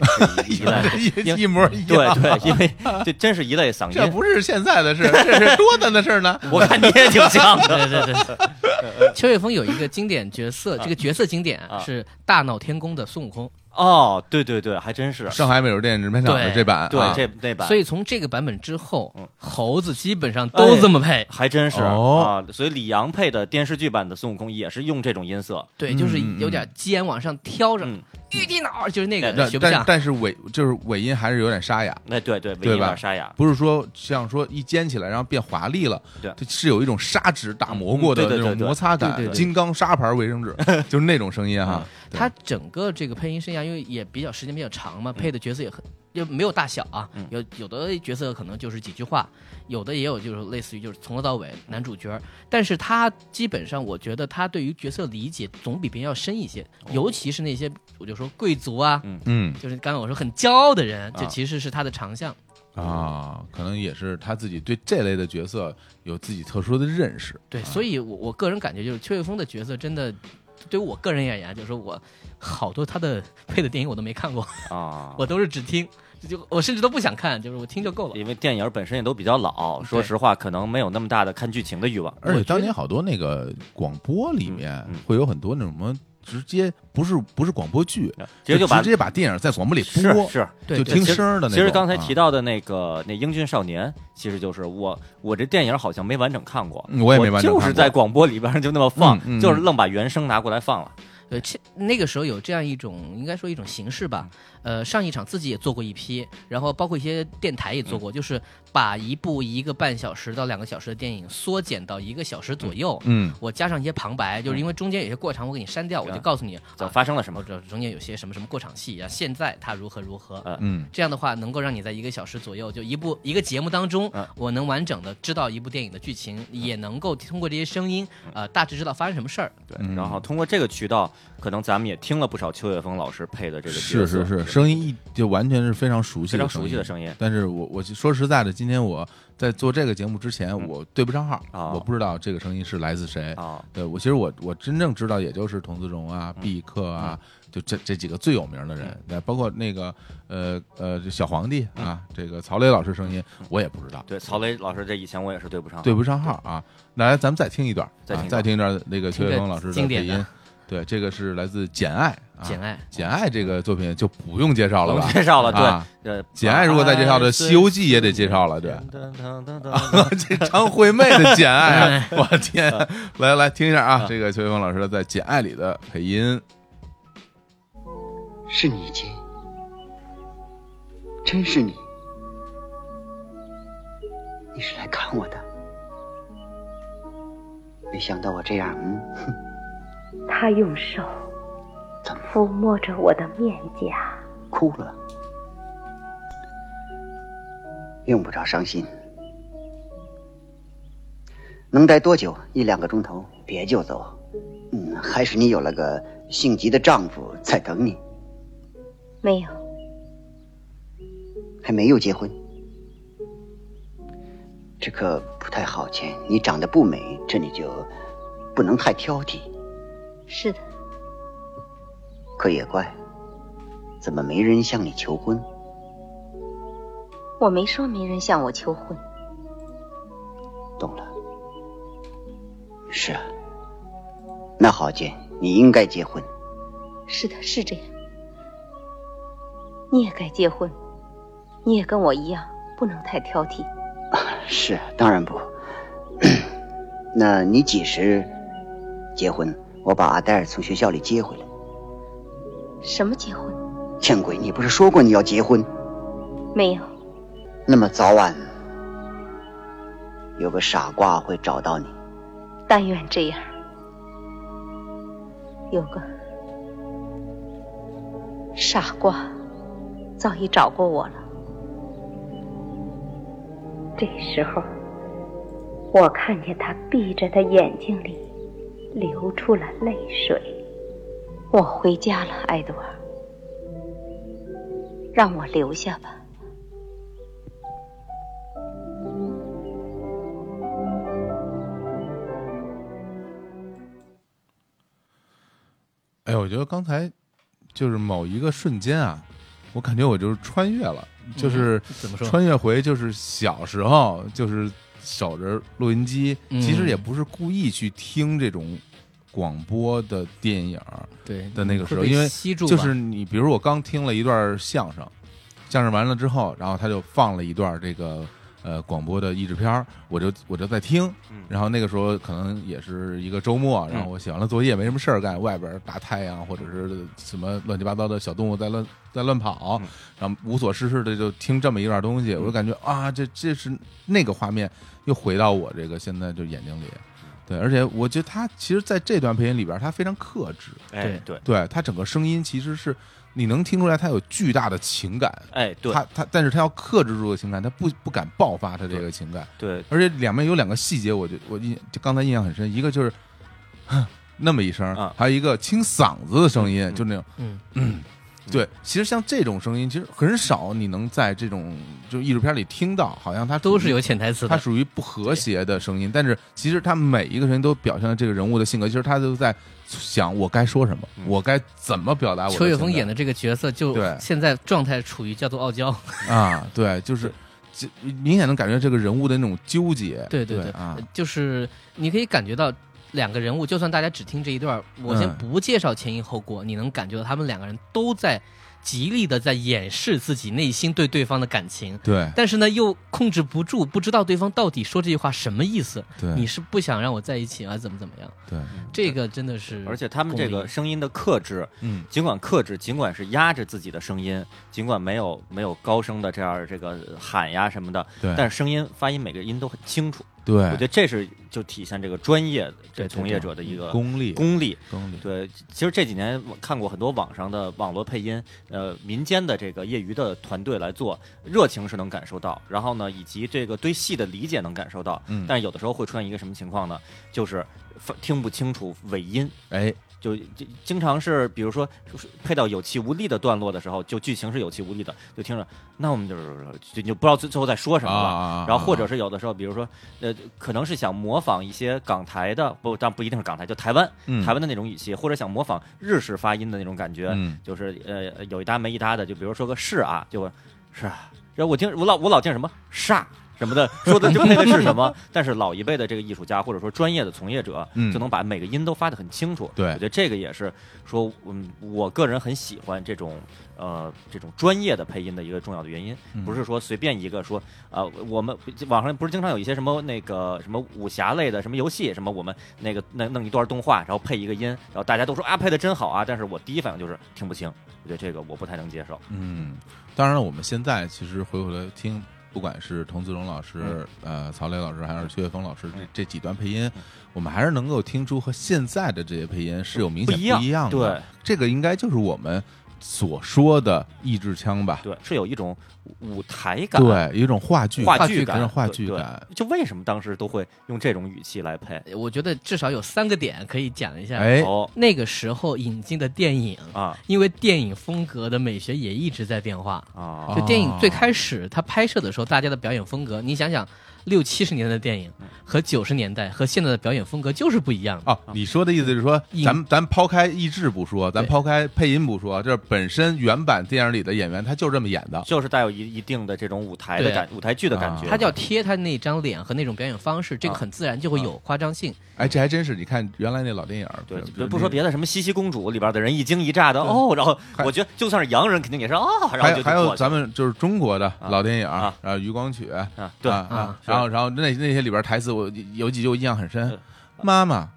是一一类，因 一一为模一对样。对，因为这真是一类嗓哎这音。不是现在的事，这是多大的事呢？ 我看你也挺像的，对对对，邱岳峰有一个经典角色，这个角色经典啊啊是《大闹天宫》的孙悟空，哦，对对对，还真是上海美术电影制片厂的对这版，对啊这这版，所以从这个版本之后，猴子基本上哎都这么配。还真是哦啊。所以李阳配的电视剧版的孙悟空也是用这种音色，对，就是嗯嗯有点鸡眼往上挑着嗯，玉帝脑就是那个但学不但像，但是尾就是尾音还是有点沙哑，那对对，尾音对有吧点沙哑，不是说像说一尖起来然后变华丽了，啊对它是有一种砂纸打磨过的嗯对那对对种摩擦感，对对对金刚砂牌卫生 纸就是那种声音啊哈。对他整个这个配音生涯，因为也比较时间比较长嗯嘛，配的角色也很。就没有大小啊嗯，有有的角色可能就是几句话，有的也有就是类似于就是从头到尾男主角，但是他基本上我觉得他对于角色理解总比别人要深一些，尤其是那些我就说贵族啊，哦嗯就是刚刚我说很骄傲的人，啊这其实是他的长项。嗯啊，可能也是他自己对这类的角色有自己特殊的认识。对，所以我我个人感觉就是邱岳峰的角色真的，对于我个人而言啊，就是说我好多他的配的电影我都没看过，啊。我都是只听，就我甚至都不想看，就是我听就够了。因为电影本身也都比较老，说对实话，可能没有那么大的看剧情的欲望。而且当年好多那个广播里面嗯嗯会有很多那种什么直接不是不是广播剧，直接就把直接把电影在广播里是播，是，对就对听声儿的那种。其实刚才啊提到的那个那《英俊少年》，其实就是我我这电影好像没完整看过，嗯我也没完整看过就是在广播里边儿就那么放，嗯嗯啊就是愣把原声拿过来放了。对，这呃那个时候有这样一种，应该说一种形式吧。呃，上一场自己也做过一批，然后包括一些电台也做过，就是把一部一个半小时到两个小时的电影缩减到一个小时左右。嗯我加上一些旁白，就是因为中间有些过场我给你删掉，我就嗯告诉你就啊发生了什或么？者中间有些什么什么过场戏啊，现在他如何如何。呃嗯这样的话，能够让你在一个小时左右，就一部一个节目当中嗯，我能完整的知道一部电影的剧情，也能够通过这些声音，呃，大致知道发生什么事儿。对嗯，然后通过这个渠道，可能咱们也听了不少邱岳峰老师配的这个角是色是是，声音一就完全是非常熟悉非的常熟悉的声音。但是我我说实在的，今天我在做这个节目之前，我对不上号，嗯哦我不知道这个声音是来自谁。啊，对我其实我我真正知道，也就是童自荣啊、毕克啊，就这这几个最有名的人嗯，那包括那个呃呃这小皇帝啊，这个曹磊老师声音嗯我也不知道，对，曹磊老师这以前我也是对不上，对不上号啊。来，咱们再听一段，再听啊一段再听一段那个邱岳峰老师经配典的音。对，这个是来自《简爱》啊，《简爱简爱》这个作品就不用介绍了不吧？介绍了，啊对，呃，简爱如果再介绍的《西游记》也得介绍了，对。啊这张惠妹的《简爱》啊，我天！来来听一下啊，这个邱岳峰老师在《简爱》里的配音。是你接，真是你，你是来看我的。没想到我这样，嗯，他用手抚摸着我的面颊，哭了，用不着伤心。能待多久？一两个钟头，别就走。嗯，还是你有了个性急的丈夫在等你，没有，还没有结婚。这可不太好，钱。你长得不美，这你就不能太挑剔。是的，可也怪，怎么没人向你求婚？我没说没人向我求婚，懂了。是啊，那好，姐，你应该结婚。是的，是这样。你也该结婚，你也跟我一样，不能太挑剔。是啊，当然不。 那你几时结婚？我把阿黛尔从学校里接回来。什么结婚？见鬼，你不是说过你要结婚？没有，那么早晚有个傻瓜会找到你。但愿这样。有个傻瓜早已找过我了，这时候我看见他闭着的眼睛里流出了泪水。我回家了，埃德尔，让我留下吧。哎，我觉得刚才就是某一个瞬间啊，我感觉我就是穿越了，就是怎么说穿越回就是小时候，就是守着录音机，嗯其实也不是故意去听这种广播的电影对的那个时候，会被因为吸住就吧是你比如我刚听了一段相声，相声完了之后，然后他就放了一段这个呃广播的译制片儿，我就我就在听，然后那个时候可能也是一个周末，然后我写完了作业没什么事儿干，外边儿大太阳或者是什么乱七八糟的小动物在乱在乱跑，然后无所事事的就听这么一段东西，我就感觉啊，这这是那个画面又回到我这个现在就眼睛里。对，而且我觉得他其实在这段配音里边儿，他非常克制，哎对对对他整个声音其实是你能听出来他有巨大的情感，哎对他他但是他要克制住的情感，他不不敢爆发他这个情感，对，而且两边有两个细节，我就我印就刚才印象很深，一个就是哼那么一声儿，还有一个清嗓子的声音，就那种啊嗯嗯， 对，其实像这种声音，其实很少你能在这种就艺术片里听到，好像它都是属于有潜台词的它属于不和谐的声音。但是其实它每一个声音都表现了这个人物的性格，其实他都在想我该说什么，嗯我该怎么表啊达我的邱情雪感。峰演的这个角色，就对现在状态处于叫做傲娇。 啊，对，就是就明显能感觉这个人物的那种纠结。对对对，啊，就是你可以感觉到两个人物，就算大家只听这一段儿，我先嗯不介绍前因后果，你能感觉到他们两个人都在极力的在掩饰自己内心对对方的感情。对但是呢，又控制不住，不知道对方到底说这句话什么意思。对你是不想让我在一起啊？怎么怎么样？对，这个真的是，嗯而且他们这个声音的克制，嗯，尽管克制，尽管是压着自己的声音，尽管没有没有高声的这样这个喊呀什么的，对但是声音发音每个音都很清楚。对我觉得这是就体现这个专业这对对从业者的一个功力功力，功力。对，其实这几年我看过很多网上的网络配音，呃，民间的这个业余的团队来做，热情是能感受到，然后呢，以及这个对戏的理解能感受到，嗯但有的时候会出现一个什么情况呢？就是发听不清楚尾音，哎，就就经常是比如说配到有气无力的段落的时候，就剧情是有气无力的，就听着，那我们就是就你就不知道最最后在说什么了。啊啊啊啊然后或者是有的时候，比如说呃，可能是想模仿一些港台的，不，但不一定是港台，就台湾、嗯台湾的那种语气，或者想模仿日式发音的那种感觉，嗯就是呃有一搭没一搭的，就比如说个是啊，就会是啊，然后我听我老我老听什么煞。什么的，说的就那个是什 么？但是老一辈的这个艺术家或者说专业的从业者，嗯就能把每个音都发得很清楚。对我觉得这个也是说，嗯，我个人很喜欢这种呃这种专业的配音的一个重要的原因，嗯不是说随便一个说啊、呃我们网上不是经常有一些什么那个什么武侠类的什么游戏，什么我们那个弄弄一段动画，然后配一个音，然后大家都说啊配的真好啊，但是我第一反应就是听不清，我觉得这个我不太能接受。嗯，当然了，我们现在其实回过头来听，不管是童自荣老嗯师、呃曹磊老师，还是薛岳峰老师这这几段配音，我们还是能够听出和现在的这些配音是有明不显不一样一样的。对，这个应该就是我们所说的意志腔吧？对，是有一种舞台感，对，有一种话剧话剧感，话对剧对感。哎就为什么当时都会用这种语气来配？我觉得至少有三个点可以讲一下。哎哦那个时候引进的电影啊，因为电影风格的美学也一直在变化啊哦就电影最开始它拍摄的时候，大家的表演风格，你想想，六七十年代的电影和九十年代和现在的表演风格就是不一样的。哦，嗯你说的意思就是说，咱们咱抛开意志不说，咱抛开配音不说，就是本身原版电影里的演员他就这么演的，就是带有一一定的这种舞台的对感，舞台剧的感觉。他就要贴他那张脸和那种表演方式，这个啊很自然就会有夸张性。哎，这还真是，你看原来那老电影，对就不说别的，什么《西西公主》里边的人一惊一乍的哦，然后我觉得就算是洋人肯定也是哦，然后还就有还有咱们们就是中国的老电影啊，然后《余光曲》啊，对啊啊，然后然后那那些里边台词我有几句我印象很深，妈妈。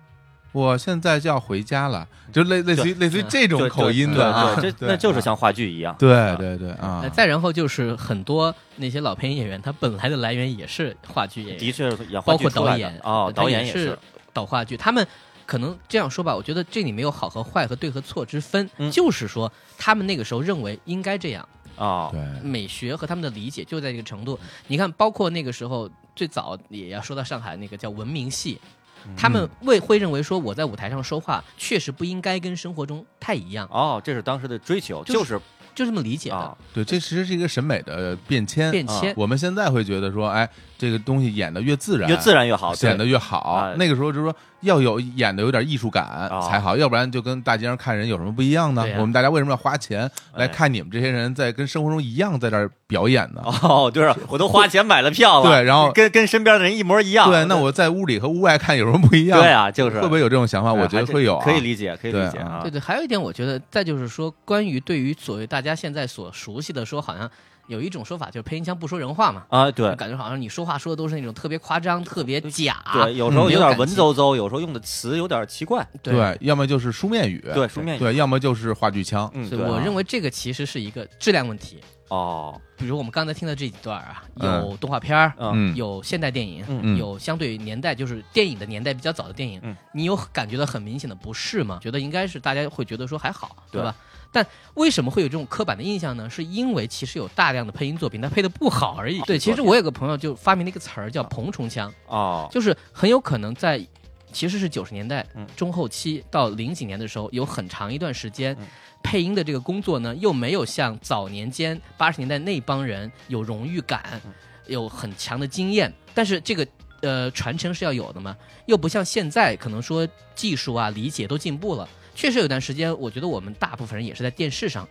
我现在就要回家了，就类类似于类似于这种口音的啊，对，这那就是像话剧一样。对对对啊呃，再然后就是很多那些老配音演员，他本来的来源也是话剧演员，的确是演话包剧括出导来的演哦他导演也也是是导话剧，他们。可能这样说吧，我觉得这里没有好和坏和对和错之分，嗯就是说他们那个时候认为应该这样，啊，对，美学和他们的理解就在这个程度。你看，包括那个时候最早也要说到上海那个叫文明戏，嗯他们为会认为说我在舞台上说话确实不应该跟生活中太一样。哦，这是当时的追求，就是就这么理啊解的。对，这其实是一个审美的变迁。变迁啊我们现在会觉得说，哎，这个东西演的越自然，越自然越好对显得越好。哎那个时候就是说，要有演的有点艺术感才好，要不然就跟大街上看人有什么不一样呢啊对？呀我们大家为什么要花钱来看你们这些人在跟生活中一样在这儿表演呢？哦，对啊，我都花钱买了票了，对然后跟跟身边的人一模一样，对，那我在屋里和屋外看有什么不一样？啊对啊就是会不会有这种想法？对我觉还得是会有啊，可以理解可以理对解啊啊对对，还有一点，我觉得再就是说，关于对于所谓大家现在所熟悉的说，好像有一种说法，就是配音腔不说人话嘛。啊对就感觉好像你说话说的都是那种特别夸张、特别假，对，有时候啊没有有点感文情绉绉，有时候用的词有点奇怪，对，要么就是书面语，对书面语对，要么就是话剧腔。嗯所以我认为这个其实是一个质量问题。哦，比如我们刚才听的这几段啊，嗯有动画片儿，啊嗯有现代电影，嗯有相对年代就是电影的年代比较早的电影，你有感觉到很明显的不适吗？觉得应该是大家会觉得说还好，对对吧？但为什么会有这种刻板的印象呢？是因为其实有大量的配音作品，它配的不好而已。对，其实我有个朋友就发明了一个词儿叫“膨虫腔”，哦，嗯就是很有可能在，其实是九十年代中后期到零几年的时候，有很长一段时间，嗯配音的这个工作呢，又没有像早年间八十年代那帮人有荣誉感，嗯有很强的经验，但是这个。呃，传承是要有的嘛，又不像现在，可能说技术啊、理解都进步了。确实有段时间，我觉得我们大部分人也是在电视上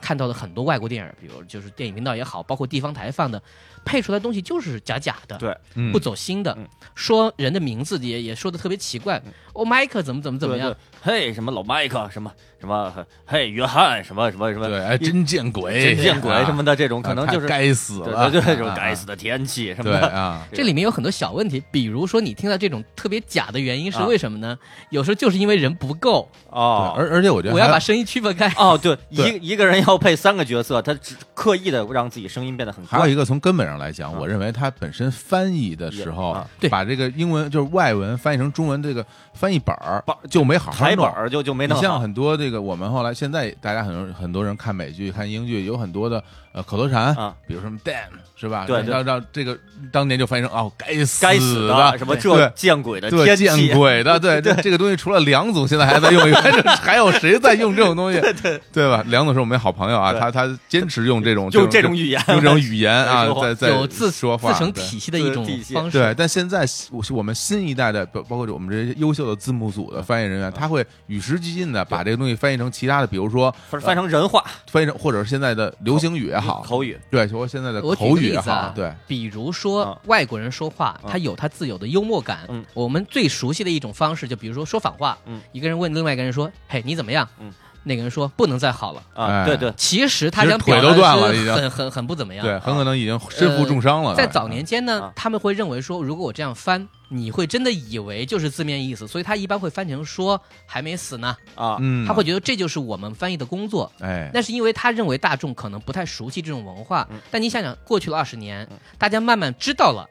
看到了很多外国电影，比如就是电影频道也好，包括地方台放的，配出来的东西就是假假的，对嗯嗯不走心的，说人的名字也也说的特别奇怪，哦，迈克怎么怎么怎么样，对？对嘿，什么老麦克，什么什么，嘿，约翰，什么什么什么，对，哎，真见鬼，真见鬼啊什么的，这种啊可能他就是该死对了，对对这啊种该死的天气什么对的啊，这里面有很多小问题，比如说你听到这种特别假的原啊因是为什么呢？有时候就是因为人不够哦，而而且我觉得我要把声音区分开。哦，对，对一一个人要配三个角色，他只刻意的让自己声音变得很还有怪一个从根本上来讲，我认为它本身翻译的时候，啊把这个英文就是外文翻译成中文，这个翻译本儿就没好好排弄本儿就就没弄你好像很多这个我们后来现在大家很多很多人看美剧、看英剧，有很多的呃口头禅，比如什么 damn 是吧？对对让让这个当年就翻译成哦该死该死的的什么这对见鬼的对天气见鬼的 对这这个东西除了梁总现在还在 用以外，还有谁在用这种东西？对对吧？梁总是我们好朋友啊，对他他坚持用这种用这这种语言用这种语言啊说，话在在有自说话自成对体系的一种体系方式。对，但现在我我们新一代的，包包括我们这些优秀的字幕组的翻译人员，他会与时俱进的把这个东西翻译成其他的，比如说翻翻成人话，翻译成或者是现在的流行语也哎好，口语对，或者现在的我举口个语例也子好啊，，对，啊比如说外国人说话，他有他自有的幽默感。嗯我们最熟悉的一种方式，就比如说说反话，一个人问另外一个人说：“嘿，你怎么样？”嗯那个人说：“不能再好了。”啊哎对对其实他想腿表达都的断了，是已经很很很不怎么样。对，很可能已经身负重哦伤了。啊呃对啊在早嗯年间啊呢，他们会认为说，如果我这样翻，你会真的以为就是字面意思，所以他一般会翻成说还没死呢啊嗯他会觉得这就是我们翻译的工作。嗯哎那是因为他认为大众可能不太熟悉这种文化，但你想想，过去了二十年，嗯大家慢慢知道了。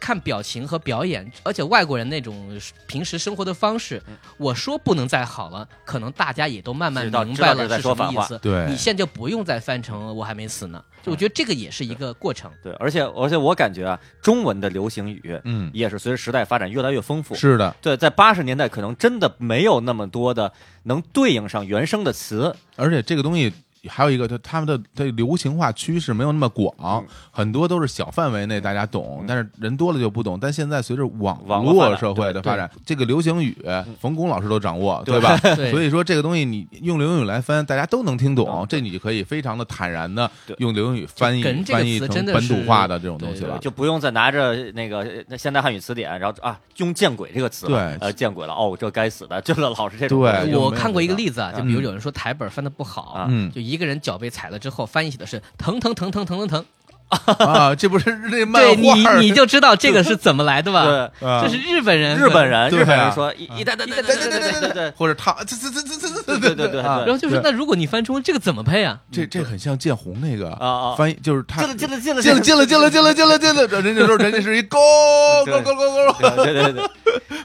看表情和表演，而且外国人那种平时生活的方式，我说不能再好了，可能大家也都慢慢嗯知道明知道白这了在是说什么反意话思。对你现在就不用再翻成我还没死呢。就我觉得这个也是一个过程。对，而且而且我感觉啊，中文的流行语，嗯也是随着时代发展越来越丰富。是的，对，在八十年代可能真的没有那么多的能对应上原声的词，而且这个东西还有一个，它他们的它流行化趋势没有那么广，很多都是小范围内大家懂，但是人多了就不懂。但现在随着网网络发络展社会对的发展，这个流行语，冯巩老师都掌握，对吧？对所以说这个东西你用流行语来翻，大家都能听懂，这你就可以非常的坦然的用流行语翻译就梗这个翻译词成真的本土是化的这种东西了。就不用再拿着那个呃那现代汉语词典，然后啊用“见鬼”这个词了，对呃，见鬼了，哦，这该死的，这老是这种，对我看过一个例子啊，就比如嗯有人说台本翻的不好，嗯就一个人脚被踩了之后，翻译写的是疼疼疼疼疼疼疼，啊，这不是这漫对画儿你你就知道这个是怎么来的吧？对啊这是日本人，日本人，对日本啊人说一一代代代代代代代代代，或者他这这这这这对对对对，然后就是那如果你翻中文，这个怎么配啊？这这很像建红那个啊啊翻译，就是他进了进了 进了进了进了进了进了进了，人家说人家是一 go go go go go，对对对，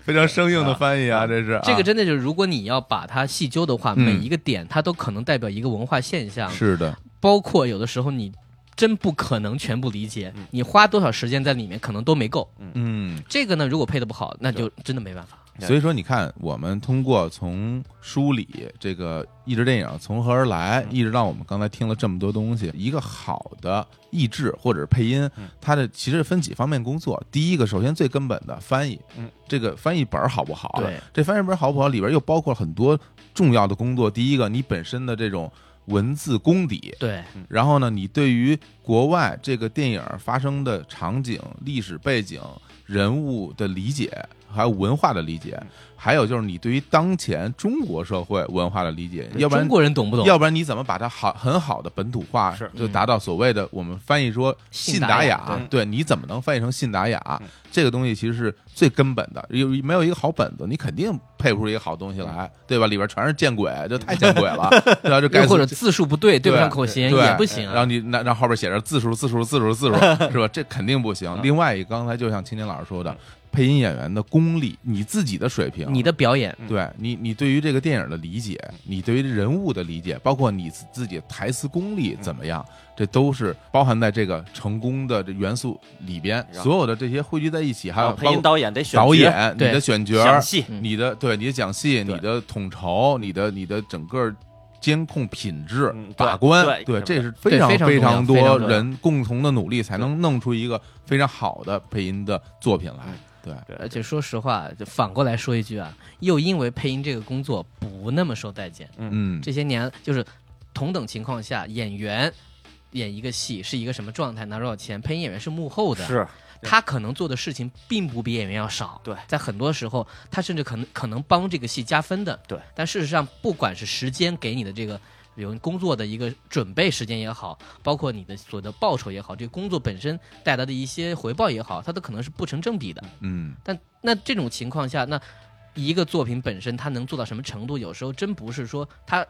非常生硬的翻译啊，这是这个真真的就是，如果你要把它细究的话，嗯每一个点它都可能代表一个文化现象，是的，包括有的时候你真不可能全部理解，你花多少时间在里面可能都没够。嗯，这个呢，如果配的不好，那就真的没办法。所以说，你看，我们通过从梳理这个益智电影从何而来，一直到我们刚才听了这么多东西，一个好的译制或者是配音，它的其实分几方面工作。第一个，首先最根本的翻译，嗯这个翻译本儿好不好？对这翻译本儿好不好里边又包括了很多重要的工作。第一个，你本身的这种文字功底，对，然后呢，你对于国外这个电影发生的场景、历史背景、人物的理解，还有文化的理解，嗯还有就是你对于当前中国社会文化的理解，对要不然中国人懂不懂要不然你怎么把它好很好的本土化，就达到所谓的我们翻译说信信达达雅雅，嗯对，你怎么能翻译成信达雅？这个东西其实是最根本的，有没有一个好本子，你肯定配不出一个好东西来，对吧？里边全是见鬼，这太见鬼 了，对吧？这该嗯又死或者字数不对，对不上口型对也不行啊然后你那让后边写着字数、字数、字数、字数，是吧？这肯定不嗯行。另外一个，刚才就像青年老师说的，配音演员的功力，你自己的水平，你的表演，嗯对你，你对于这个电影的理解，你对于人物的理解，包括你自自己的台词功力嗯怎么样，这都是包含在这个成功的这元素里边，啊然后所有的这些汇聚在一起，还有然后配音包括导演得选导角演，你对的选角，讲戏嗯你的对你的讲戏，你的统筹，你的你的整个。监控品质、嗯对把关，对对，是这的是对常非常非重要非常常多重要人共同的努力，才能弄出一个非常好的配音的作品来。对，而且说实话，呃就反过来说一句啊，又因为配音这个工作不那么受待见，嗯这些年就是同等情况下，演员演一个戏是一个什么状态，拿多少钱，配音演员是幕后的，是他可能做的事情并不比演员要少，对，在很多时候，他甚至可能可能帮这个戏加分的，对，但事实上，不管是时间给你的这个。比如工作的一个准备时间也好，包括你的所得报酬也好，这个工作本身带来的一些回报也好，它都可能是不成正比的。嗯，但那这种情况下，那一个作品本身它能做到什么程度，有时候真不是说它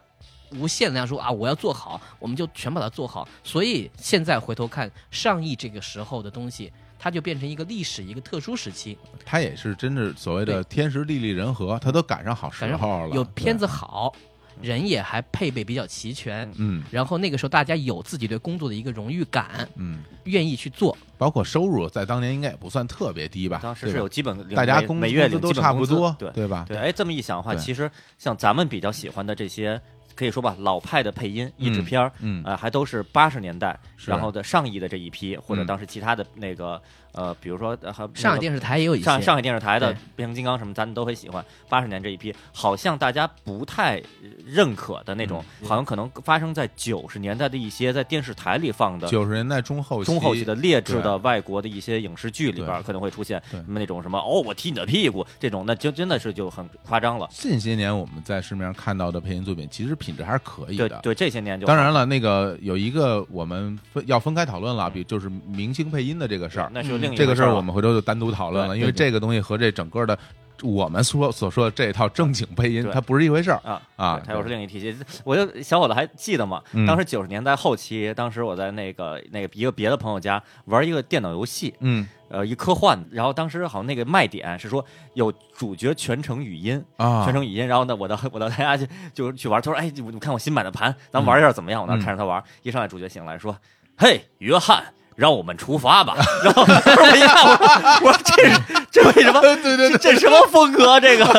无限量说啊，我要做好，我们就全把它做好。所以现在回头看上亿这个时候的东西，它就变成一个历史一个特殊时期，他也是真是所谓的天时地利人和，他都赶上好时感候觉了。有片子好，人也还配备比较齐全，嗯然后那个时候大家有自己对工作的一个荣誉感，嗯，愿意去做，包括收入在当年应该也不算特别低吧？当时是有基本领大家每工每月工领资基本都差不工资多，对对吧？对，哎，这么一想的话，对其实像咱们比较喜欢的这些，可以说吧，老派的配音译制片儿，嗯嗯呃，还都是八十年代，是然后的上亿的这一批，或者嗯当时其他的那个呃，比如说呃还上海那个电视台也有一些上上海电视台的对变形金刚什么，咱们都很喜欢。八十年这一批，好像大家不太认可的那种，嗯好像可能发生在九十年代的一些在电视台里放的九十年代中后期中后期的劣质对的外国的一些影视剧里边儿可能会出现对什么那种什么哦，我踢你的屁股这种，那就真的是就很夸张了。近些年我们在市面上看到的配音作品，其实品质还是可以对的。对，这些年就当然了，那个有一个我们分要分开讨论了，比就是明星配音的这个事儿，嗯那是另一嗯这个回事事儿儿，了我们回头就单独讨论了，对因对为对这个东西和这整个的我们说所说的这一套正经配音对，它不是一回事儿啊啊对它又是另一体系。我就小伙子还记得吗嗯？当时九十年代后期，当时我在那个那个一个别的朋友家玩一个电脑游戏，嗯，呃，一科幻，然后当时好像那个卖点是说有主角全程语音啊全程语音。然后呢，我到我到他家去就去玩，他说：“哎，你你看我新买的盘，咱们玩一下怎么样？”嗯我那看着他玩，一上来主角醒来说：“嘿，约翰。”让我们出发 吧！然后我一看，我说我说这是这为什 么？ 对 对对，这什么风格？啊这 个什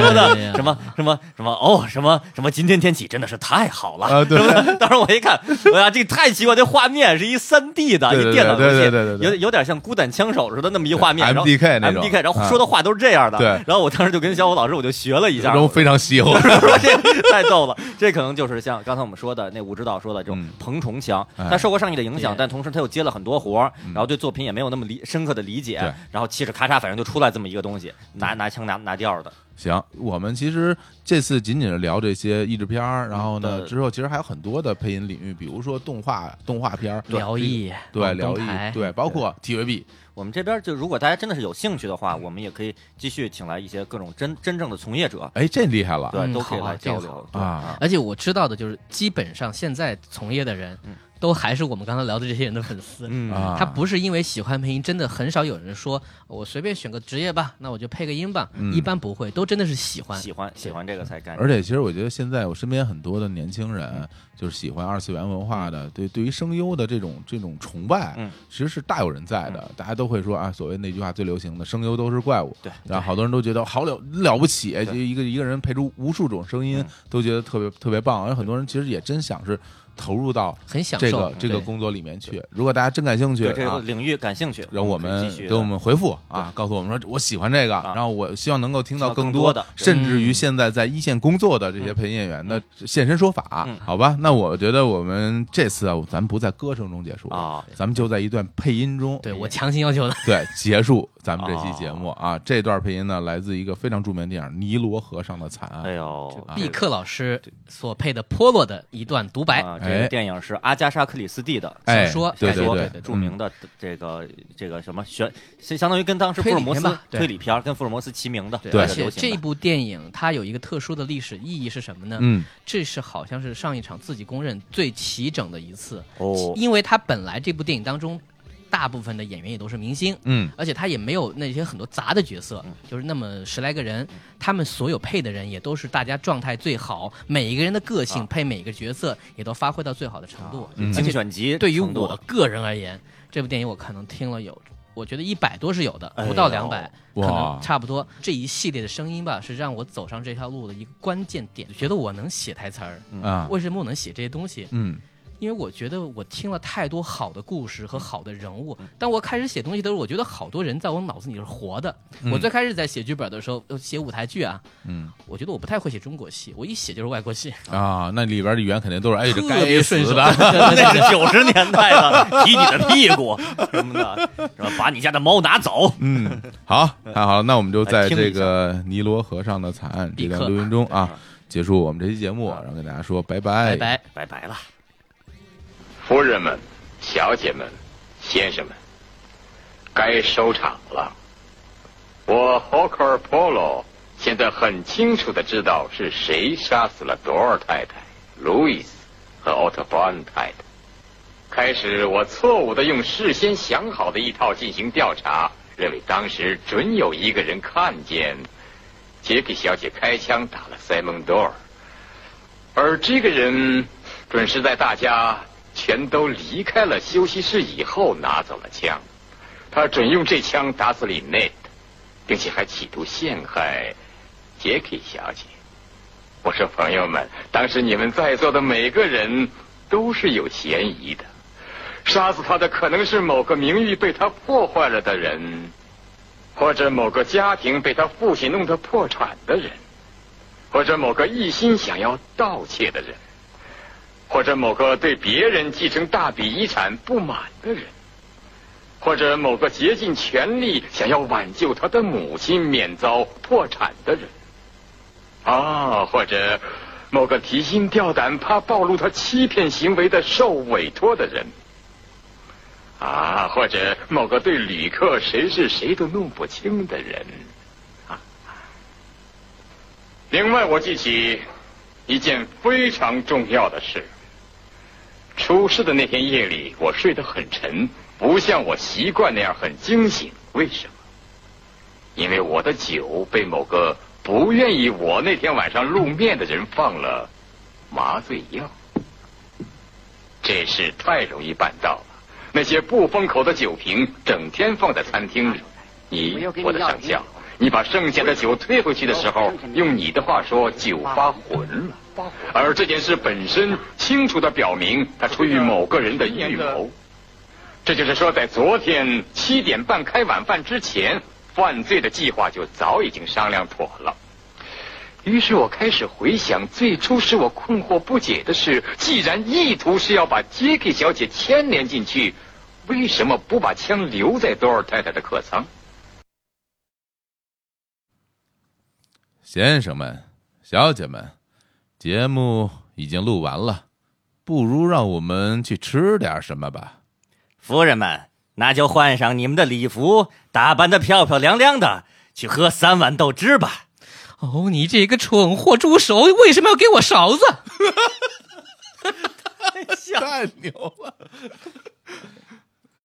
么对呀的？什么什么什么？哦，什么什么？今天天气真的是太好了！啊对什么 当时我一看，哎呀，这太奇怪！这画面是一三 D 的，对对一电脑游戏，对对对对有对有点像孤胆枪手似的那么一画面然后 MDK 那种 MDK，然啊后说的话都是这样的。对然后我当时就跟小虎老师我就学了一下，都非常稀有。 说这太逗了，这可能就是像刚才我们说的那武指导说的这种彭崇强，哎嗯他受过上亿的影响对，但同时他又接了很多活儿，然后对作品也没有那么理深刻的理解对，嗯然后嘁哧咔嚓，反正就出来这么一个东西，拿拿枪拿拿调的， 行，我们其实这次仅仅是聊这些译制片儿，然后呢，嗯对之后其实还有很多的配音领域，比如说动画、动画片儿、聊艺对广聊东台艺，对，包括 TVB，我们这边就如果大家真的是有兴趣的嗯话，我们也可以继续请来一些各种真真正的从业者，哎，这厉害了对，嗯都可以好啊来这交个流啊！而且我知道的就是，基本上现在从业的人，都还是我们刚才聊的这些人的粉丝。嗯啊他不是因为喜欢配音，真的很少有人说我随便选个职业吧，那我就配个音吧。嗯一般不会，都真的是喜欢。喜欢喜欢这个才干。而且，其实我觉得现在我身边很多的年轻人，就是喜欢二次元文化的，对对于声优的这种这种崇拜，其实是大有人在的。大家都会说啊，所谓那句话最流行的“声优都是怪物”，对，然后好多人都觉得好了了不起，就一个一个人配出无数种声音，都觉得特别特别棒。而很多人其其实也真想是投入到很享这受个这个对工作里面去。如果大家真感兴趣，对这啊个领域感兴趣，然后我们继续给我们回复啊，告诉我们说我喜欢这个，然后我希望能够听到听到更更多的对甚至于现在在一线工作的这些配音演员的现身说法，好吧？那我觉得我们这次啊，咱们不在歌声中结束啊，咱们就在一段配音中，对我强行要求的，对，结束咱们这期节目啊。这段配音呢，来自一个非常著名的电影《尼罗河上的惨案》，哎呦，毕克老师所配的 Polo 的一段独白，啊，这个电影是阿加莎·克里斯蒂的哎小说对改对编对嗯的对著名的这个这个什么悬，是相当于跟当时福尔摩斯推理片吧对推理片儿跟福尔摩斯齐名的，而这个且流行这的部电影它有一个特殊的历史意义是什么呢？嗯，这是好像是上一场自己公认最齐整的一次哦因为它本来这部电影当中。大部分的演员也都是明星，嗯而且他也没有那些很多杂的角色，就是那么十来个人，他们所有配的人也都是大家状态最好，每一个人的个性配每个角色也都发挥到最好的程度，嗯而且精选集对于程度啊我的个人而言，这部电影我可能听了有，我觉得一百多是有的，哎呦不到两百，可哇能差不多。这一系列的声音吧，是让我走上这条路的一个关键点。觉得我能写台词儿嗯啊为什么我能写这些东西？嗯，因为我觉得我听了太多好的故事和好的人物。嗯当我开始写东西的时候，我觉得好多人在我脑子里是活的。嗯我最开始在写剧本的时候，呃写舞台剧啊，嗯。我觉得我不太会写中国戏，我一写就是外国戏。啊，那里边的语言肯定都是哎，这特该别死顺手的，那是 九十年代的，踢你的屁股什么的，是吧？把你家的猫拿走。嗯，好，太好了，那我们就在来听一这下个尼罗河上的惨案这段录音中啊，结束我们这期节目，然后跟大家说拜哎拜，拜拜拜了。夫人们、小姐们、先生们，该收场了。我 Hawker Polo 现在很清楚的知道是谁杀死了多尔太太、路易斯和奥特邦太太。开始，我错误的用事先想好的一套进行调查，认为当时准有一个人看见杰克小姐开枪打了塞蒙多尔，而这个人准是在大家全都离开了休息室以后拿走了枪。他准用这枪打死李内特，并且还企图陷害杰克小姐。我说朋友们，当时你们在座的每个人都是有嫌疑的。杀死他的可能是某个名誉被他破坏了的人，或者某个家庭被他父亲弄得破产的人，或者某个一心想要盗窃的人。或者某个对别人继承大笔遗产不满的人，或者某个竭尽全力想要挽救他的母亲免遭破产的人，啊，或者某个提心吊胆怕暴露他欺骗行为的受委托的人，啊，或者某个对旅客谁是谁都弄不清的人。啊另外，我记起一件非常重要的事。出事的那天夜里，我睡得很沉，不像我习惯那样很惊醒。为什么？因为我的酒被某个不愿意我那天晚上露面的人放了麻醉药。这事太容易办到了。那些不封口的酒瓶整天放在餐厅里，你我的上校，你把剩下的酒退回去的时候，用你的话说，酒发浑了。而这件事本身清楚地表明，他出于某个人的预谋。这就是说，在昨天七点半开晚饭之前，犯罪的计划就早已经商量妥了。于是我开始回想，最初使我困惑不解的是，既然意图是要把杰克小姐牵连进去，为什么不把枪留在多尔太太的客舱？先生们、小姐们，节目已经录完了，不如让我们去吃点什么吧。夫人们，那就换上你们的礼服，打扮的漂漂亮亮的，去喝三碗豆汁吧。哦，你这个蠢货猪手，为什么要给我勺子？太牛了！